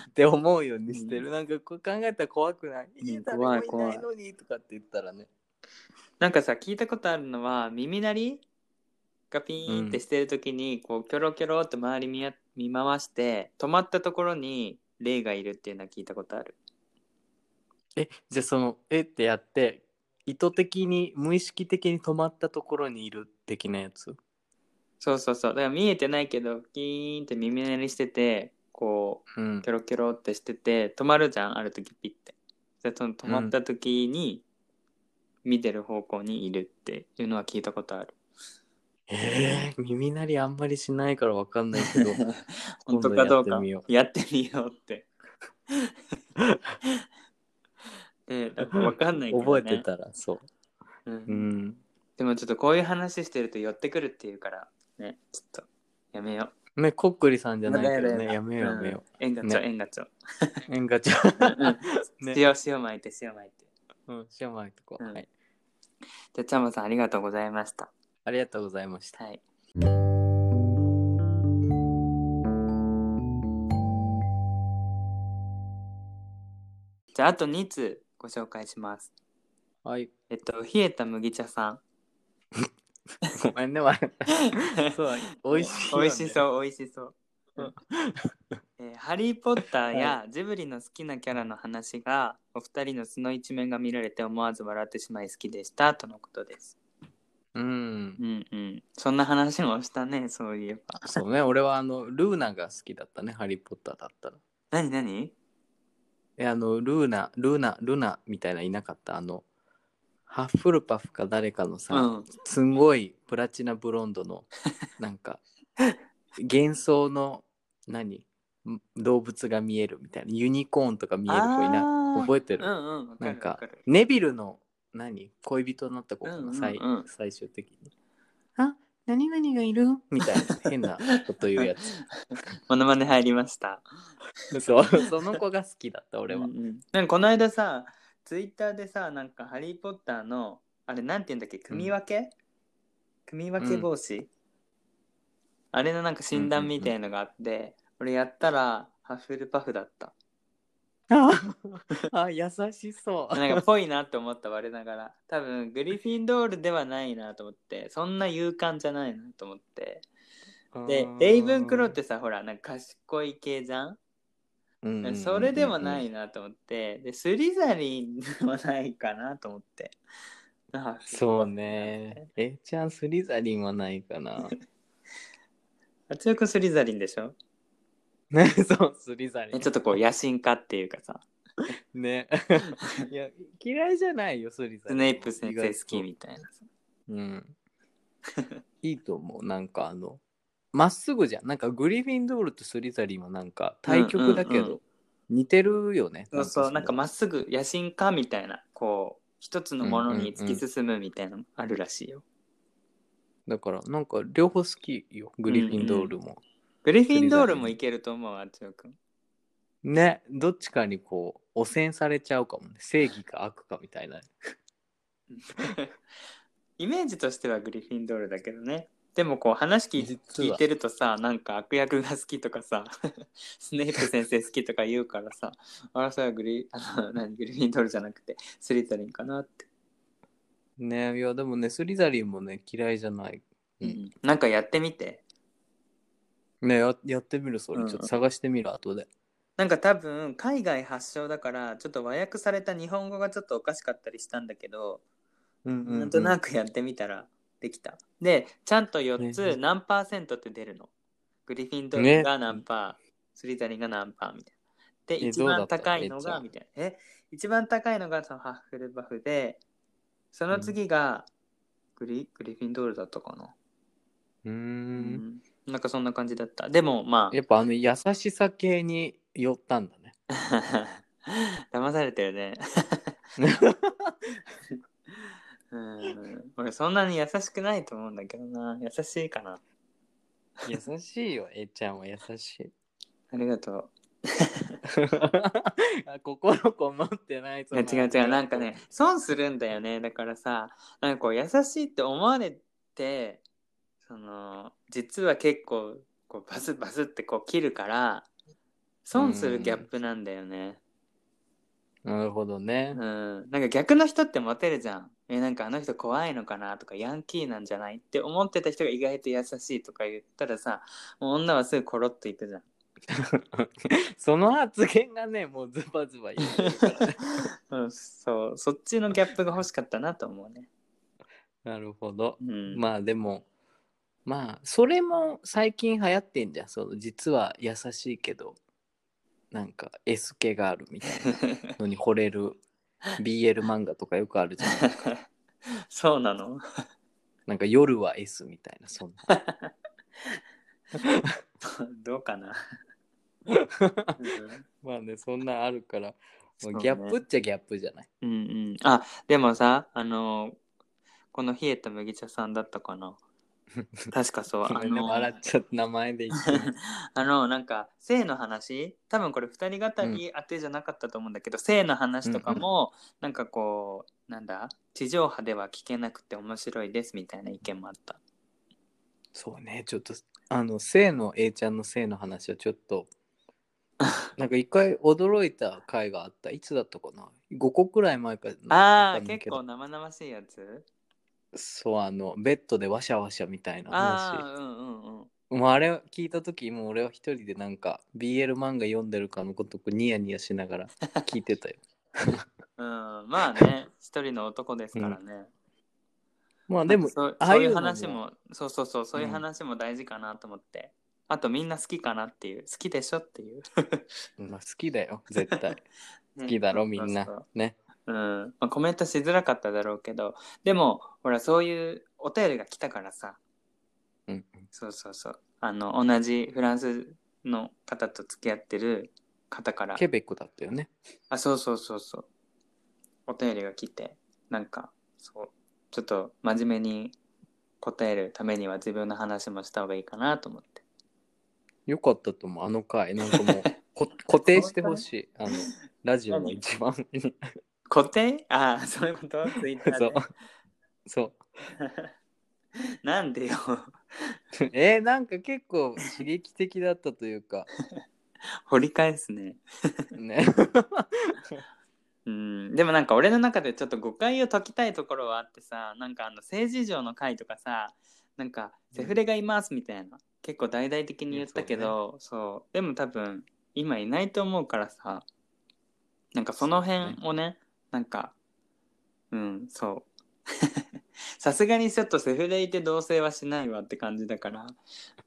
って思うようにしてるなんかこう考えたら怖くない
ん
いや誰も
怖い
いないのにとかって言ったらね
なんかさ、聞いたことあるのは、耳鳴りがピーンってしてる時に、こう、キョロキョロって周り見や見回して、止まったところに霊がいるっていうのは聞いたことある。
えじゃあそのえってやって意図的に無意識的に止まったところにいる的なやつ
そうそうそう。だから見えてないけど、キーンって耳鳴りしてて、こ
うん
う、キョロキョロってしてて、止まるじゃん、ある時ピッて。で、その止まった時に、見てる方向にいるっていうのは聞いたことある。
えー、耳鳴りあんまりしないからわかんないけど
本当かどう
今度やっ
か
てみよ、
やってみよ うって。で、なんかわかんないけど、
覚
ね。
えて。たらそう
う。
うんん
でもちょっとこういう話してると寄ってくるっていうから、ね、ちょっと、やめよう。
ねこっくりさんじゃないけどね
だ
やめようやめよ
うん。縁がちょ、
ね
縁がちょ。
う縁がちゃ
う ん
ね
塩塩巻いて塩巻いて
んうんしょうまいとこ、
うん
はい
じゃあちゃまさんありがとうございました
ありがとうございました
はいじゃああと2通ご紹介します
はい
えっと冷えた麦茶さん
ごめんね笑そう美味しいよね、
美味しそう美味しそううん えーハリー・ポッターやジブリの好きなキャラの話がお二人の素の一面が見られて思わず笑ってしまい好きでしたとのことです
うん
うんうんそんな話もしたねそういえば
そうね俺はあのルーナが好きだったねハリー・ポッターだったら
何何
え、あの、ルーナ、ルーナ、ルナみたいないなかったあの、ハッフルパフか誰かのさ、
うん
すんごいプラチナブロンドの、なんか、幻想の、何ん動物が見えるみたいな、ユニコーンとか見える子いな
あー
覚えて
う
る、
んうんわか
な
る
んか
わかる
ネビルの、何恋人になった子かな、
うんうんうん
最最終的に。あ、何々がいるみたいな変なこと言うや つ。
モノマネ入りました
そう、その子が好きだった、俺は。
うんうんなんかこの間さツイッターでさなんか「ハリー・ポッターの」あれなんて言うんだっけ組み分け、組み分け帽子、あれのなんか診断みたいのがあって、俺やったらハッフルパフだった
あ優しそう。
なんかぽいなって思った我ながら多分グリフィンドールではないなと思ってそんな勇敢じゃないなと思ってでレイブンクローってさほらなんか賢い系じゃん
うんうんうんうん、
それでもないなと思ってでスリザリンでもないかなと思ってあ
そう ね。えちゃんスリザリンはないかな。
圧力スリザリンでしょ
ね、そう、スリザリ
え
ン
ちょ。っとこう野心家っていうかさ
ね。 いや、嫌いじゃないよ、スリザリ
ス
ン。
ネイプ先生好
意
き
外と
みたいなさ
うん。いいと思う。なんかあの、まっすぐじゃん。なんかグリフィンドールとスリザリンはなんか対極だけ
うんうんう
ど、似てるよね。
そうそうなんかま
っ
っすぐ野心家みたいなこう一つのものに突き進むみたいなのあるらしいよ、
だから、なんか両方好きよ、グリフィンドールも。
グリフィンドールもいけると思う圧力
ね、どっちかにこう、汚染されちゃうかもね。正義か悪かみたいな。
イメージとしてはグリフィンドールだけどねでもこう話聞い
実は
聞いてるとさなんか悪役が好きとかさ スネイプ先生好きとか言うからさあらそれはグリ あの何グリフィンドールじゃなくてスリザリンかなって、
ね、いや、でもね、スリザリンもね、嫌いじゃない。うん
なんかやってみて
ね、ややってみる、それ。
うん
ちょっと探してみる、後で。
なんか多分海外発祥だからちょっと和訳された日本語がちょっとおかしかったりしたんだけど、
うん
なんとな
く。
くやってみたらできたでちゃんと4
ね
つ何パーセントって出るのグリフィンドールが何パー、スリザリンが何パーみたいなで
え
一番高いの
どうだ
が
った
みたいなえ一番高いのがそのハッフルバフでその次がグリグリフィンドールだったかな、
うーん。
うんなんかそんな感じだったでもまあ
やっぱあの、優しさ系に寄ったんだね。
騙されてるね。うん、俺そんなに優しくないと思うんだけどな優しいかな
優しいよ、えちゃんは優し い。
ありがと
あ心こもってないぞ
ういや違う違うなんかね。損するんだよねだからさなんかこう優しいって思われてその実は結構こうバスバスってこう切るから損するギャップなんだよね
なるほど
う
ね
ん、。なんか逆の人ってモテるじゃんえなんかあの人怖いのかなとかヤンキーなんじゃないって思ってた人が意外と優しいとか言ったらさもう女はすぐコロッといくじゃん
その発言がね、もうズバズ バ言ってるからね
うん、そう、そっちのギャップが欲しかったなと思うね。
なるほど。
うん、
まあでもまあそれも最近流行ってんじゃんその実は優しいけどなんか S 系があるみたいなのに惚れ る BL 漫画とかよくあるじゃん
そうなの。
なんか夜は S みたいなそ んな
どうかな。うん
まあねそんなんあるから、ま
そう
あ
ね
ギャップっちゃギャップじゃない
うんうん。あ、でもさ、あの、この冷えた麦茶さんだった かな。確かそう。あ
ごめんね
の、
笑っちゃった名前で言って
あのなんか性の話多分これ二人語り当てじゃなかったと思うんだけど、性の話とかも、なんかこうなんだ地上波では聞けなくて面白いですみたいな意見もあった。
そうねちょっとあの性の A ちゃんの性の話はちょっとなんか一回驚いた回があったいつだったかな5個くらい前か
ああ
わかんないけ
結
ど
構生々しいやつ
そうあのベッドでワシャワシャみたいな
ああ
話
うんうんうん。
もうあれ聞いた時もう俺は一人でなんか BL 漫画読んでるかのごとくニヤニヤしながら聞いて たよ
うん、まあね一人の男ですからね。
まあでも
そう
ああ
そう
い
いうう
のも
話もそうそうそうそういう話も大事かなと思って、あとみんな好きかなっていう好きでしょっていう、
まあ好きだよ絶対
ね
好きだろみんな
そうそう
ね
うんまあ、コメントしづらかっただろうけどでもほらそういうお便りが来たからさ
うん
そうそうそうあの同じフランスの方と付き合ってる方から
ケベックだったよね
あそうそうそうそうお便りが来てなんかそうちょっと真面目に答えるためには自分の話もした方がいいかなと思って
よかったと思うあの回なんかもうこ固定してほしいあのラジオの一番上に
固定ああそういうことツイッター
そ
で
うそう
なんでよ
えーなんか結構刺激的だったというか
掘り返すね。
ね。
うん、でもなんか俺の中でちょっと誤解を解きたいところはあってさなんかあの政治上の会とかさなんかセフレがいますみたいな、結構大々的に言ったけどそう,、でも多分今いないと思うからさなんかその辺をねなんかうんそう さすがにちょっとセフレいて同棲はしないわって感じだから、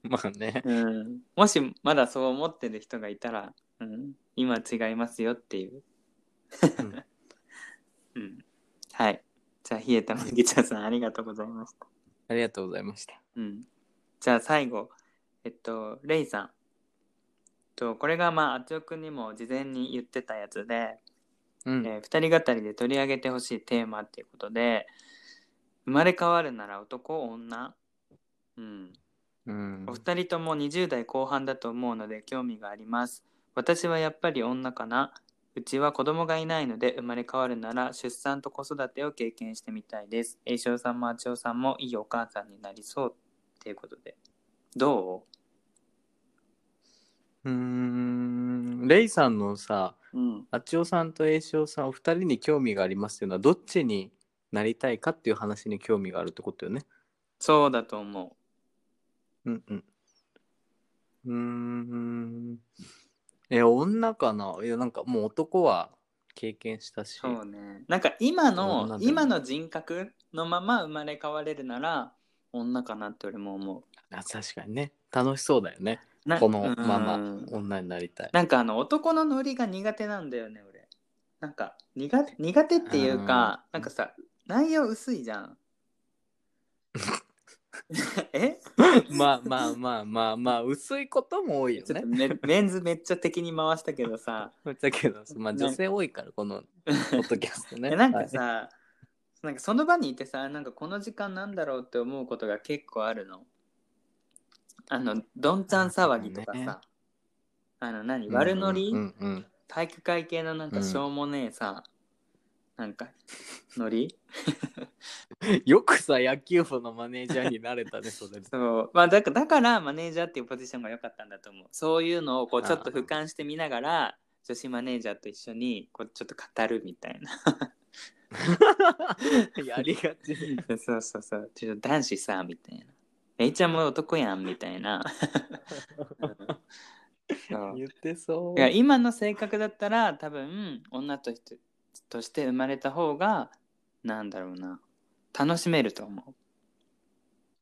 まあね。
うん、もしまだそう思ってる人がいたら、うん、今違いますよっていう
うん
うん。はい。じゃあ、冷えた麦茶さん、ありがとうございました。
ありがとうございました。
うん。じゃあ、最後、えっと、レイさん。えっと、これが、まあ、あっちょくんにも事前に言ってたやつで、
うん。
えー二人語りで取り上げてほしいテーマっていうことで、生まれ変わるなら男、女。うん。
うん
お二人とも20代後半だと思うので興味があります。私はやっぱり女かな。うちは子供がいないので生まれ変わるなら出産と子育てを経験してみたいです。栄翔さんもあちおさんもいいお母さんになりそうっていうことで。ど
うーん。レイさんのさ、
ううん。
あちおさんと栄翔さんお二人に興味がありますっていうのはどっちになりたいかっていう話に興味があるってことよね。
そうだと思
うんうん。うーん。え、女かないや、なんかもう男は経験した
う。
し。
そうね。なんか
女
今
だ
の、
ね
今の人格のまま生まれ変われるなら女かなって俺も思
あ確かにね。楽しそうだよ ね。
う。な
このま
うん
ま女になり たい。
なんかあの男のノリが苦手なんだよね俺なんか苦手苦手っていうか
うん
なんかさ内容薄いじゃ んえ
まあまあまあまあまあ、薄いことも多いよ
ちょっ
ね
と。メメンズめっちゃ敵に回したけどさ
だけど、まあ
ね
女性多いから、このポッドキャストね。
えなんか
はい
さなんかその場にいてさなんかこの時間なんだろうって思うことが結構あるのあのどんちゃん騒ぎとかさ、
ね
あの何悪ノリ、
うんうんうん
体育会系のなんかしょうもねえさ、なんかノリ
うんよくさ、野球部のマネージャーになれたね、そ れで。
そうまあだかだからマネージャーっていうポジションが良かったんだと思うそういうのをこうちょっと俯瞰してみながら女子マネージャーと一緒にこうちょっと語るみたいな
やりがちね。
そうそうそうちょっと男子さみたいなえいちゃんも男やんみたいな そう
言ってそう
い。や今の性格だったら多分女としてとして生まれた方がなんだろうな楽しめると思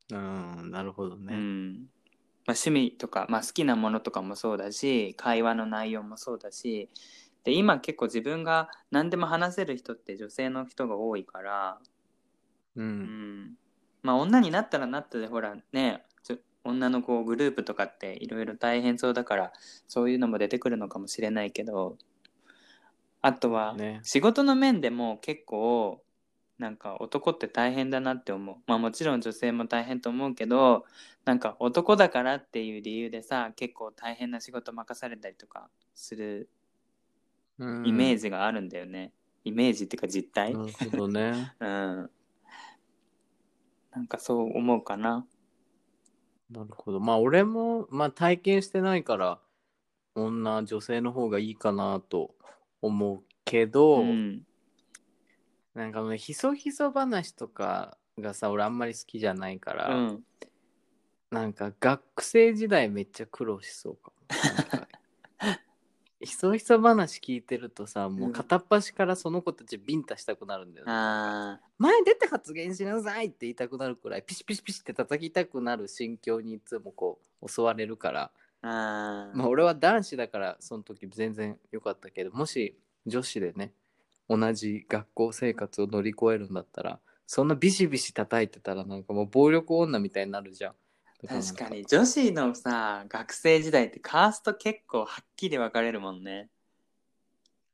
う
うん、なるほど
う
ね。
んまあ、趣味とか、まあ、好きなものとかもそうだし会話の内容もそうだしで今結構自分が何でも話せる人って女性の人が多いから、
う。
うんんまあ、女になったらなったでほらねちょ女の子グループとかっていろいろ大変そうだからそういうのも出てくるのかもしれないけどあとは
ね
仕事の面でも結構なんか男って大変だなって思うまあもちろん女性も大変と思うけどなんか男だからっていう理由でさ結構大変な仕事任されたりとかする
うん
イメージがあるんだよね、イメージっていうか実態
なるほどね。
うんなんかそう思うかな。
なるほど。まあ、俺も、まあ、体験してないから、女、女性の方がいいかなと思うけど、
ん、
なんかね、ひそひそ話とかがさ、俺あんまり好きじゃないか
う
ら、
ん、
なんか学生時代めっちゃ苦労しそうかも。なんか ひそひそ話聞いてるとさ、もう片っ端からその子たちビンタしたくなるんだよね。
あ
前に出て発言しなさいって言いたくなるくらいピシピシピシって叩きたくなる心境にいつもこう襲われるから、
ーあー、
まあ、俺は男子だからその時全然良かったけどもし女子でね同じ学校生活を乗り越えるんだったらそんなビシビシ叩いてたらなんかもう暴力女みたいになるじゃん。だらなん
確かに女子のさ学生時代ってカースト結構はっきり分かれるもんね。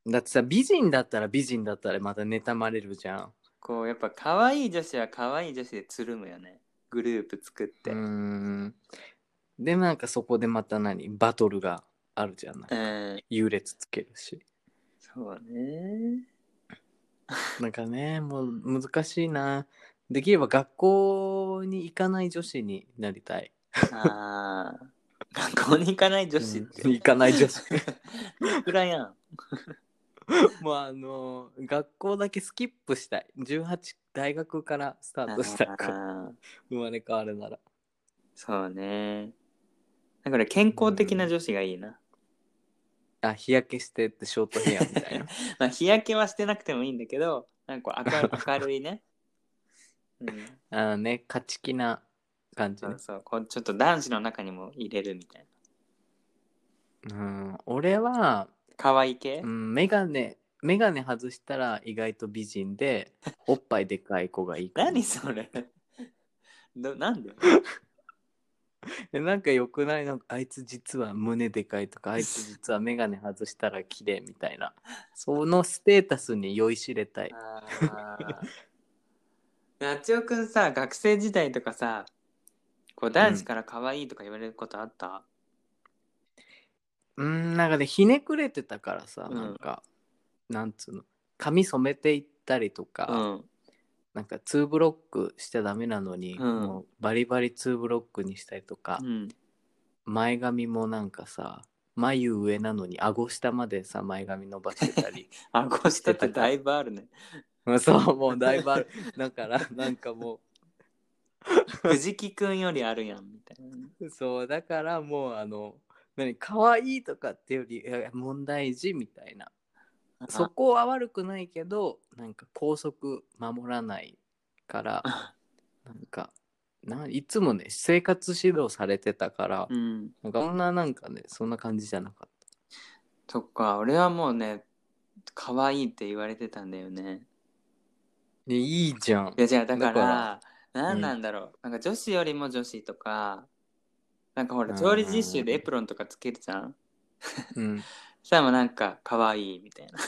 だってさ美人だったら美人だったらまた妬まれるじゃん。
こうやっぱ可愛い女子は可愛い女子でつるむよねグループ作って
うー
うん、
んでなんかそこでまた何バトルがあるじゃない。優劣つけるし。
そうね
なんかね、もう難しいな。できれば学校に行かない女子になりたい。
あー学校に行かない女子って、
行かない女子
いくらやん。
もうあのー学校だけスキップしたい18大学からスタートしたい子
あー
生まれ変わるなら
そうね。だから健康的な女子がいいな。
あ日焼けしてってショートヘアみたいな
まあ、日焼けはしてなくてもいいんだけど、なんか こう明る明るいね。うん、
あのね勝ち気な感じ
そ
ね
うそうこうちょっと男子の中にも入れるみたいな
うん俺は、
可愛い系、
うん、メガネメガネ外したら意外と美人でおっぱいでかい子がいいかな
何それどなんで
えなんかよくないなんかあいつ実は胸でかいとかあいつ実はメガネ外したら綺麗みたいなそのステータスに酔いしれたい
あー夏代くんさ学生時代とかさこう男子から可愛いとか言われることあった、
うんなんかねひねくれてたからさ
うん
なんか、なんつうの髪染めていったりとか、
うん
なんかツーブロックしちゃダメなのに、
うん
もうバリバリツーブロックにしたりとか
う、ん
前髪もなんかさ眉上なのに顎下までさ前髪伸ばしてたり
顎下ってだいぶある ね
うんそう、もうだいぶある。だから、なんかも
藤木くんよりあるやんみたいな
う、そう、だからもう、あの、何、可愛いとかっていうより、いや問題児みたいな。そこは悪くないけど、なんか拘束守らないから、
あ
なんか、ないつもね、生活指導されてたから
う、ん
なんかそんななんかね、そんな感じじゃなかっ
そっか俺はもうね可愛いって言われてたんだよね
た。ね、いいじゃん
い。やじゃあだか
だから
何なんだろう、なんか女子よりも女子とかなんかほら
うん
調理実習でエプロンとかつけるじゃん
うん。
そしたらもうなんか可愛いみたいな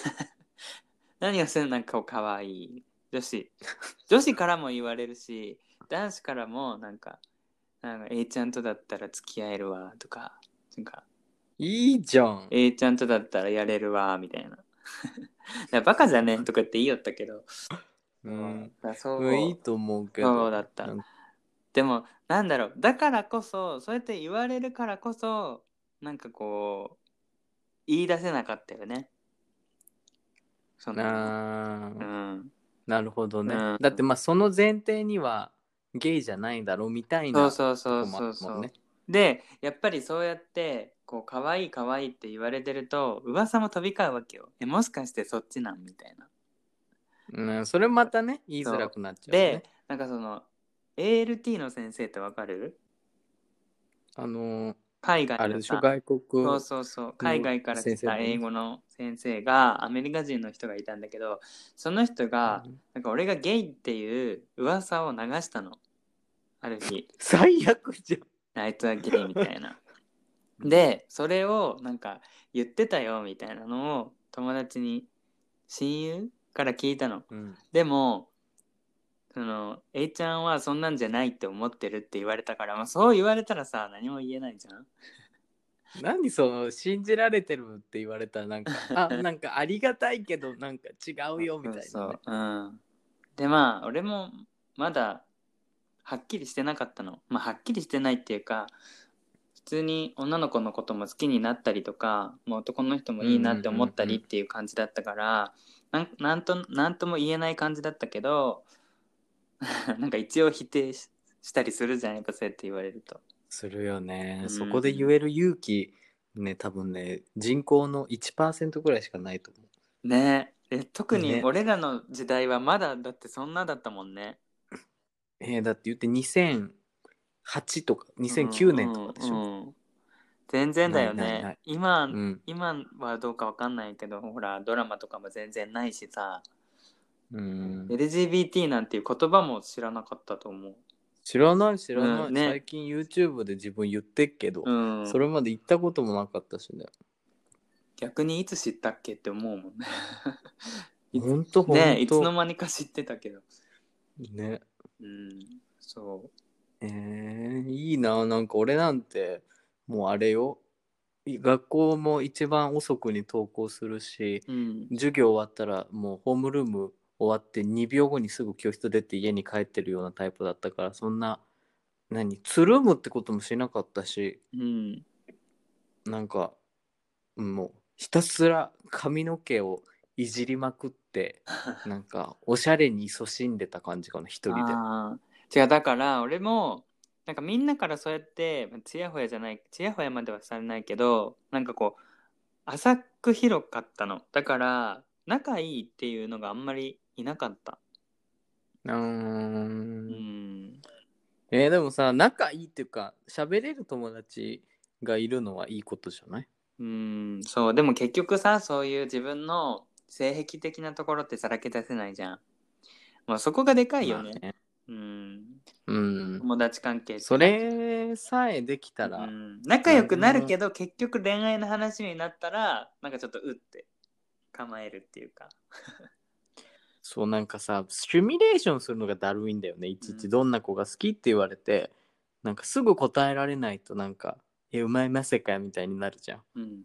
何をするなんか可愛い女子女子からも言われるし男子からもなんかなんか A ちゃんとだったら付き合えるわとかなんか
いいじゃん。
A ちゃんとだったらやれるわみたいなだからバカじゃねとかって言いよったけど、
うん。
だからそう
うんいいと思うけど。
そうだった
なんか
でもなんだろうだからこそそうやって言われるからこそなんかこう言い出せなかったよねその
な
う
あ
ん
なるほどね、
うん
だってまあその前提にはゲイじゃないだろうみたい
そ
な
うそう
と
そう
こもあ
そう
る
そ
も
うん
ね
でやっぱりそうやってこう可愛い可愛いって言われてると噂も飛び交うわけよえもしかしてそっちなんみたいな
うん、それまたね言いづらくなっちゃうよね
でなんかその ALT の先生ってわかる
あのー
海外のさ
あれでしょ外国
そうそうそう海外から来た英語の先生がアメリカ人の人がいたんだけどその人が
うん
なんか俺がゲイっていう噂を流したのある日
最悪じ
あいつはゲイみたいなでそれをなんか言ってたよみたいなのを友達に親友から聞いたの
ゃん、うん、
でもその A ちゃんはそんなんじゃないって思ってるって言われたから、まあ、そう言われたらさ何も言えないじゃん
何その信じられてるって言われたらなんか あなんかありがたいけどなんか違うよみたいな、ね、
そうそう、うん、でまあ俺もまだはっきりしてなかったのまあはっきりしてないっていうか普通に女の子のことも好きになったりとかもう男の人もいいなって思ったりっていう感じだったから、なんなんとなんとも言えない感じだったけど なんか一応否定ししたりするじゃんやっぱそうやって言われると。
するよね、
うん
そこで言える勇気ね多分ね人口の1%ぐらいしかないと思う
ねえ特に
ね
俺らの時代はまだだってそんなだったもんね。
えーだって言って2008とか2009年とかでしょ、
うんうんうん全然だよね
ないないない
今、
うん
今はどうかわかんないけどほらドラマとかも全然ないしさ、
うん、
LGBT なんていう言葉も知らなかったと思う、
知らない知らない、
うんね
最近 YouTube で自分言ってっけど、
うん、
それまで行ったこともなかったしね
逆にいつ知ったっけって思うもんねいつ
ほんとほんと
ねいつの間にか知ってたけど
ね
うんそう
えーいいななんか俺なんてもうあれよい学校も一番遅くに登校するし
うん
授業終わったらもうホームルーム終わって2秒後にすぐ教室出て家に帰ってるようなタイプだったからそんな何つるむってこともしなかったし
うん
なんかもうひたすら髪の毛をいじりまくってなんかおしゃれに勤しんでた感じかな一人で。
あー違うだから俺もなんかみんなからそうやってつやほやじゃないつやほやまではされないけどなんかこう浅く広かったのだから仲いいっていうのがあんまりいなかった
うー
うんん
えーでもさ仲いいっていうか喋れる友達がいるのはいいことじゃない
うんそうでも結局さそういう自分の性癖的なところってさらけ出せないじゃんまあそこがでかいよね,、
まあね
うん
うん。
友達関係って
それさえできた
う
ら、
ん、仲良くなるけど結局恋愛の話になったらなんかちょっとうって構えるっていうか
そうなんかさ、シミュレーションするのがだるいんだよね。いちいちどんな子が好きって言われて、なんかすぐ答えられないとなんか、え、うまいませかみたいになるじゃん。
うん、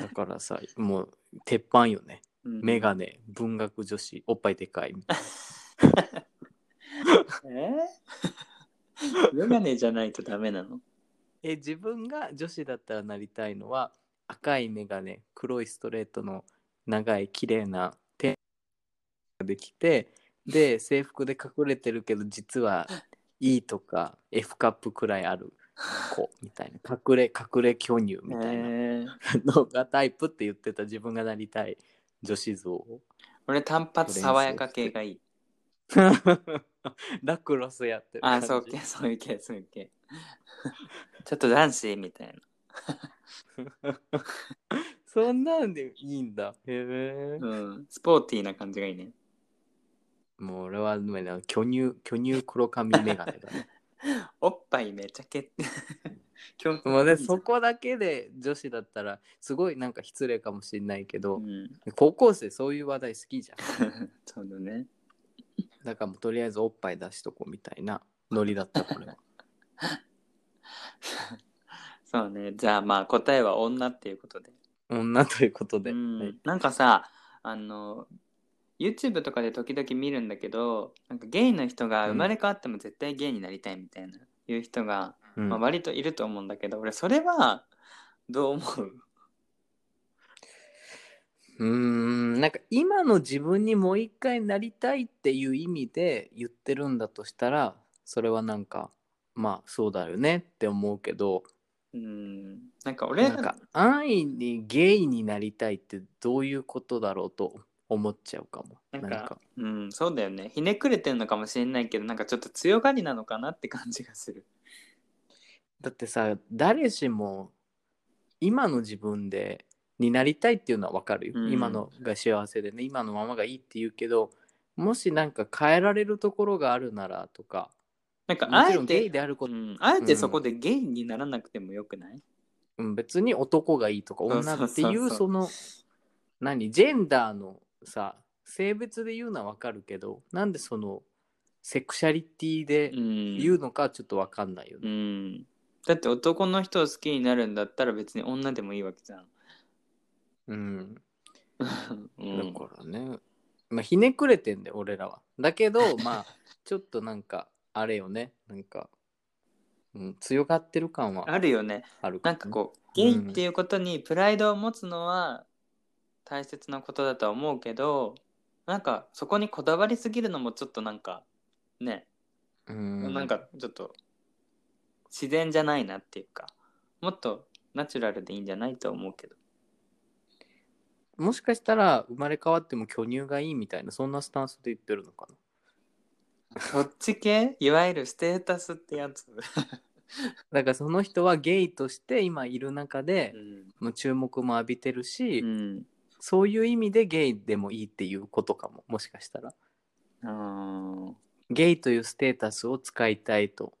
だからさ、もう鉄板よね。
うん
メガネ、文学女子、おっぱいでかいみたい
えーメガネじゃないとダメなの
な。え、自分が女子だったらなりたいのは、赤いメガネ、黒いストレートの長い綺麗な手ができて、で、制服で隠れてるけど、実は E とか F カップくらいある子みたいな、隠れ、隠れ巨乳 みたいな
えー
のがタイプって言ってた自分がなりたい女子像 を。
俺単発爽やか系がいい
ラクロスやってる
あ
感
ー
じ。
そう系そういう系そういう系ちょっと男子みたいな
そんなんでいいんだ。へえ。
うんスポーティーな感じがいいね
もう俺はね、巨乳、巨乳黒髪メガネだ ね。
おっぱいめちゃけ今日
もうね、そこだけで女子だったら、すごいなんか失礼かもしれないけど、
うん
高校生そういう話題好きじゃん。
そうだね
だからもうとりあえずおっぱい出しとこうみたいなノリだった、これ は。
そうねじゃあまあ答えは女っていうことで
女ということで。
うん
はい
なんかさあの YouTube とかで時々見るんだけどなんかゲイの人が
うん
生まれ変わっても絶対ゲイになりたいみたいな、いう人が、
うん
まあ、割といると思うんだけど俺それはどう思う
うーんなんか今の自分にもう一回なりたいっていう意味で言ってるんだとしたらそれはなんかまあそうだよねって思うけど
うんなんか俺
なんか安易にゲイになりたいってどういうことだろうと思っちゃうかも。
なんか
なんか
うん、そうだよねひねくれてるのかもしれないけどなんかちょっと強がりなのかなって感じがする
だってさ誰しも今の自分でになりたいっていうのはわかるよ、
うん
今のが幸せでね今のままがいいって言うけどもしなんか変えられるところがあるならとか
なんか
も
あ
ち
え
ろんゲイ
て、
であること
うん、あえてそこでゲイにならなくてもよくない、
うん、別に男がいいとか
そう
女って
そう
い
そう
う
そう
その何ジェンダーのさ性別で言うのはわかるけどなんでそのセクシャリティで
うん
言うのかはちょっとわかんないよ
う
ね。
んだって男の人を好きになるんだったら別に女でもいいわけじゃん。
うん、
うん
だからね、まあ、ひねくれてんだよ俺らは。だけ どまあちょっとなんかあれよねなんか、うん、強がってる感は
あるよね。
ある
なんか
う
こう、ゲイっていうことにプライドを持つのは大切なことだとは思うけど、なんかそこにこだわりすぎるのもちょっとなんか、ね、
うん、
なんかちょっと自然じゃないなっていうか、もっとナチュラルでいいんじゃないと思う けど。
もしかしたら生まれ変わっても巨乳がいいみたいなそんなスタンスで言ってるのかな。
そっち系いわゆるステータスってやつ。
だからその人はゲイとして今いる中で
う、ん
もう注目も浴びてるし、
うん
そういう意味でゲイでもいいっていうことかももしかしたら
あー
ゲイというステータスを使いたいと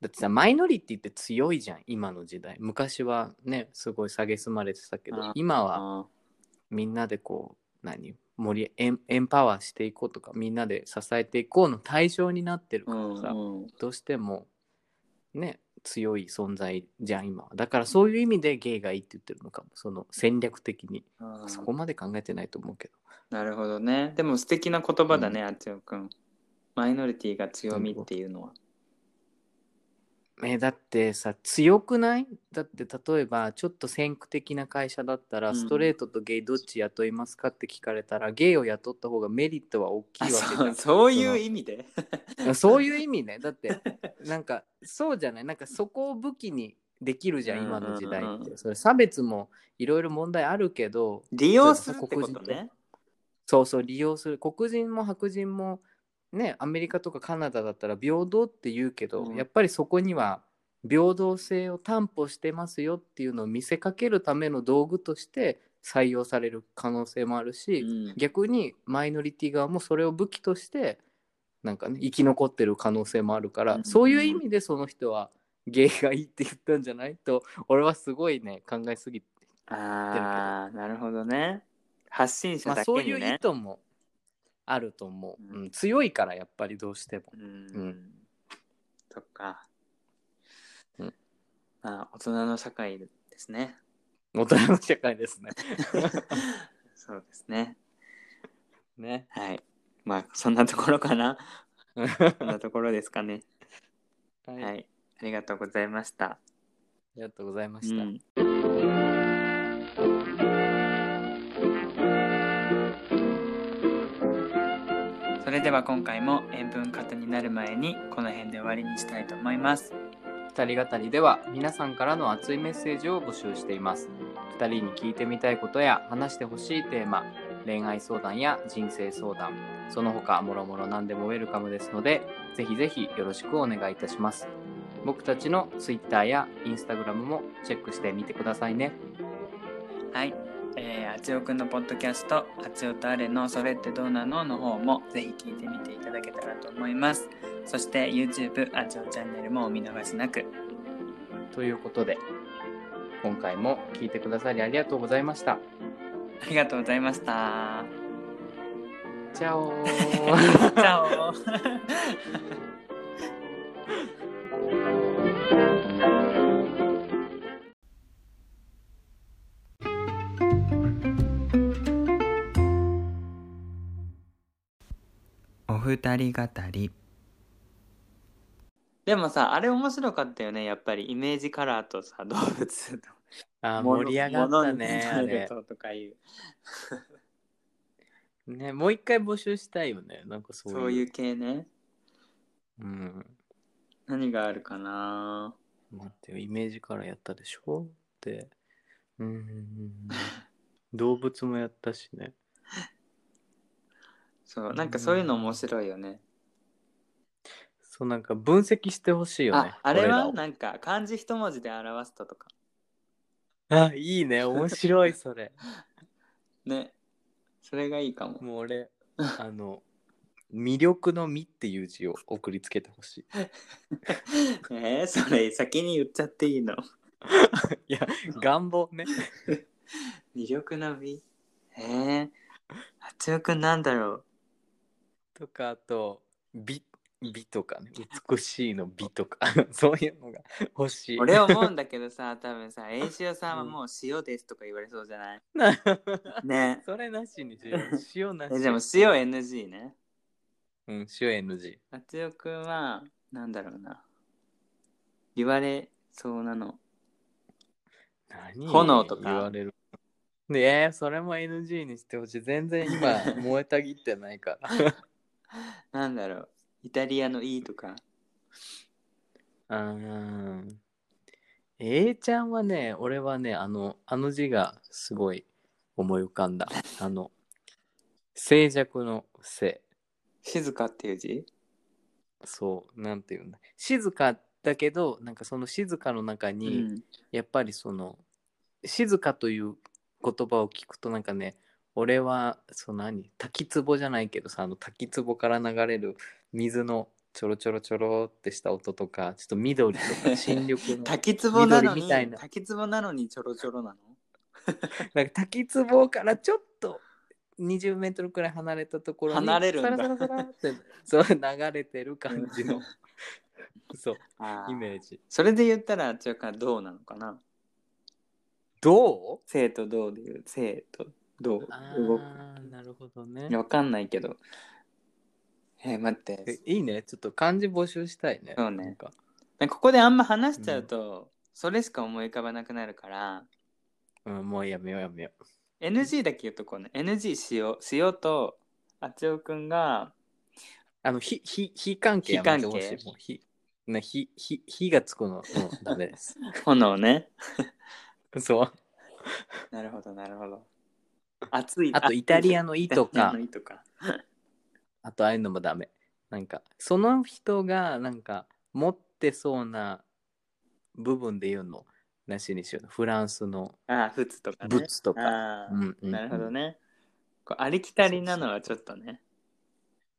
だってさマイノリティって強いじゃん今の時代昔はねすごい蔑まれてたけ
あー
ど今は
あ
みんなでこう何盛りエンエンパワーしていこうとかみんなで支えていこうの対象になってる
ー。
か
う
らさ、
んうん
どうしてもね強い存在じゃん今はだからそういう意味でゲイがいいって言ってるのかもその戦略的に
あー
そこまで考えてないと思うけど
なるほどね。でも素敵な言葉だね、あつよくん。マイノリティが強みっていうのは。
えだってさ強くないだって例えばちょっと先駆的な会社だったら、
うん
ストレートとゲイどっち雇いますかって聞かれたらゲイを雇った方がメリットは大きいわ
あ
けじゃん
そうそういう意味で
そうそういう意味ねだって なんかそうじゃないなんかそこを武器にできるじゃん今の時代
うんうん
っ
うんう
てそれ差別もいろいろ問題あるけど
利用するってことね
そうそう利用する黒人も白人もねアメリカとかカナダだったら平等って言うけど、
うん
やっぱりそこには平等性を担保してますよっていうのを見せかけるための道具として採用される可能性もあるし、
うん
逆にマイノリティ側もそれを武器としてなんかね生き残ってる可能性もあるから、
うん
そういう意味でその人はゲイがいいって言ったんじゃないと俺はすごいね考えすぎて、
ああなるほどね発信者
まあ、
だ
そう
け
い
に
う
ね
意、図もあると思う、
うん
うん強いからやっぱりどうしてもう
う
ん
そっか、
うん
まあ大人の社会ですね
大人の社会ですね
そうですね
ね
はいまあそんなところ かなそん
は
なところですかね
い、
は
あ
いありがとうございました
りがとうございました、
うんそれでは今回も塩分過多になる前にこの辺で終わりにしたいと思います。
二人語りでは皆さんからの熱いメッセージを募集しています二人に聞いてみたいことや話してほしいテーマ恋愛相談や人生相談その他もろもろ何でもウェルカムですのでぜひぜひよろしくお願いいたします僕たちの Twitter や Instagram もチェックしてみてくださいね
はい、えー、あちおくんのポッドキャスト「あちおとあれのそれってどうなの?」の方もぜひ聞いてみていただけたらと思います。そして YouTube あちおチャンネルもお見逃しなく。
ということで今回も聞いてくださりありがとうございました
ありがとうござい ました。
チャオ
チャ オ
お二人語り
でもさあれ面白かったよねやっぱりイメージカラーとさ動 物の
あー
もの
盛り上がったね
もの
あ
に例える
れ
ととかいう
ねもう一回募集したいよねなんかそういう
そういう系ね
うん
何があるかな
待ってよイメージからやったでしょってうーん動物もやったしね
そうなんかそういうの面白いよね
そうなんか分析してほしいよね
ああれは
こ
なんか漢字一文字で表すととか
らをあいいね面白いそ れ
ねそれがいいかも
もう俺あの魅力の「魅」っていう字を送りつけてほしい
えー、それ先に言っちゃっていいの
いや願望ね
魅力の美えー、あつよくんなんだろ
とかあと「美」美とかね美しいの美とか そういうのが欲しいう
俺思うんだけどさ多分さ円塩さんはもう塩ですとか言われそうじゃないね
それなしに しよう塩なし
えでも塩 NG ね
うん塩 NG
あつよくんはなんだろうな言われそうなの
何
炎とか
言われる。ねえ、それも NG にしてほしい。全然今、 燃えたぎってないから。
なんだろうイタリアの E とか
うーん。A ちゃんはね、俺はね、あの、あの字がすごい思い浮かんだ。あの、静寂の静。
静かっていう字
そう、なんていうんだ。静かだけど、なんかその静かの中
う
に、
ん、
やっぱりその静かという言葉を聞くとなんかね俺はその何滝壺じゃないけどさあの滝壺から流れる水のちょろちょろちょろってした音とかちょっと緑と か新緑の
滝壺なの
緑み
に
たいな
滝壺なのにちょろちょろなの
なんか滝壺からちょっと20メートルくらい離れたところに
離れるんだ
サラサラサラってそう流れてる感じの そう
あー
イメージ
それで言ったらあっちはどうなのかな
どう
生とどうでいう生とどう
あ
動く
ーなるほどね
いやわかんないけどえー待って
えいいねちょっと漢字募集したいね
そうね
なんか
なんかここであんま話しちゃうと、それしか思い浮かばなくなるから、
うん、もうやめようやめよ
NG だけ言うとこうね NG しようしようとあちおくん
う。
が
あの、非、非、非関係やめてほし
非関
い。もう、非、な、非、非、非がつくの、もうダメ です。
炎ね
そう。
なるほどなるほど熱い
あと、イタリアの意
熱い
と
イタリア
か
の、意とか
あと、ああいうのもダメ。なんか、その人が、なんか、持ってそうな部分で言うの、なしにしよう。フランスの
あーつとかね
ブツとか。
あー
うんうんうん
なるほどねこうありきたりなのはちょっとね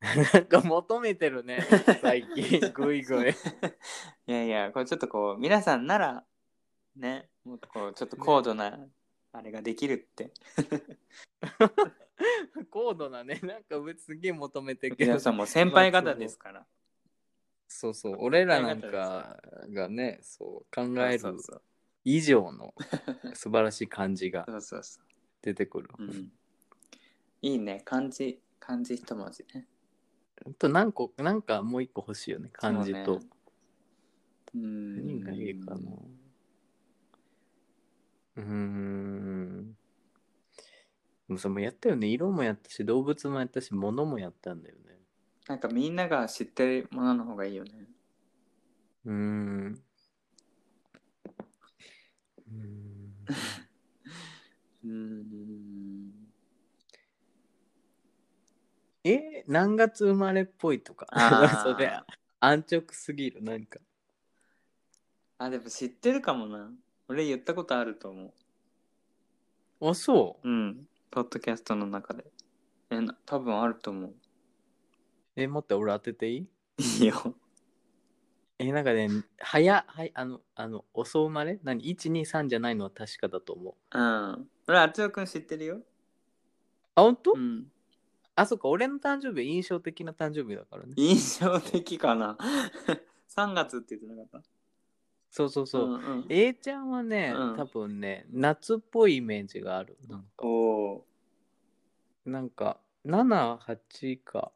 なんか求めてるね、最 近、ぐいぐい。
いやいやこうちょっとこう皆さんならねもっとこうちょっと高度なあれができるって、
高度なね、なんか別にすげえ求めてるけど
皆さんもう先輩方です から
そうそう、俺らなんかがね、そう考え
そ
る
うそう
以上の素晴らしい感じ が
そうそうそう
出てくる。
うんいいね漢字漢字一文字ね
あと何個、なんかもう一個欲しいよね、漢字
そう
と
ね。うん
何がいいかな。うーん。でもそれもやったよね、色もやったし、動物もやったし、物もやったんだよね。
なんかみんなが知ってるものの方がいいよね
うーん。うーん
うん
え何月生まれっぽいとか
あ ー
それ安直すぎるなんか
あでも知ってるかもな俺言ったことあると思
あそう
ううんポッドキャストの中でえな多分あると思う
え待って俺当てていい
いいよ
えなんかね早はいあのあの遅生まれ何123じゃないのは確かだと思う
うん俺あつおくん知ってるよ
あ本当、
うん
あそっか俺の誕生日印象的な誕生日だからね
印象的かな 3月って言ってなかった
そうそうそう、
んうん
A ちゃんはね、
うん
多分ね夏っぽいイメージがあるなんか
おお
なんか78か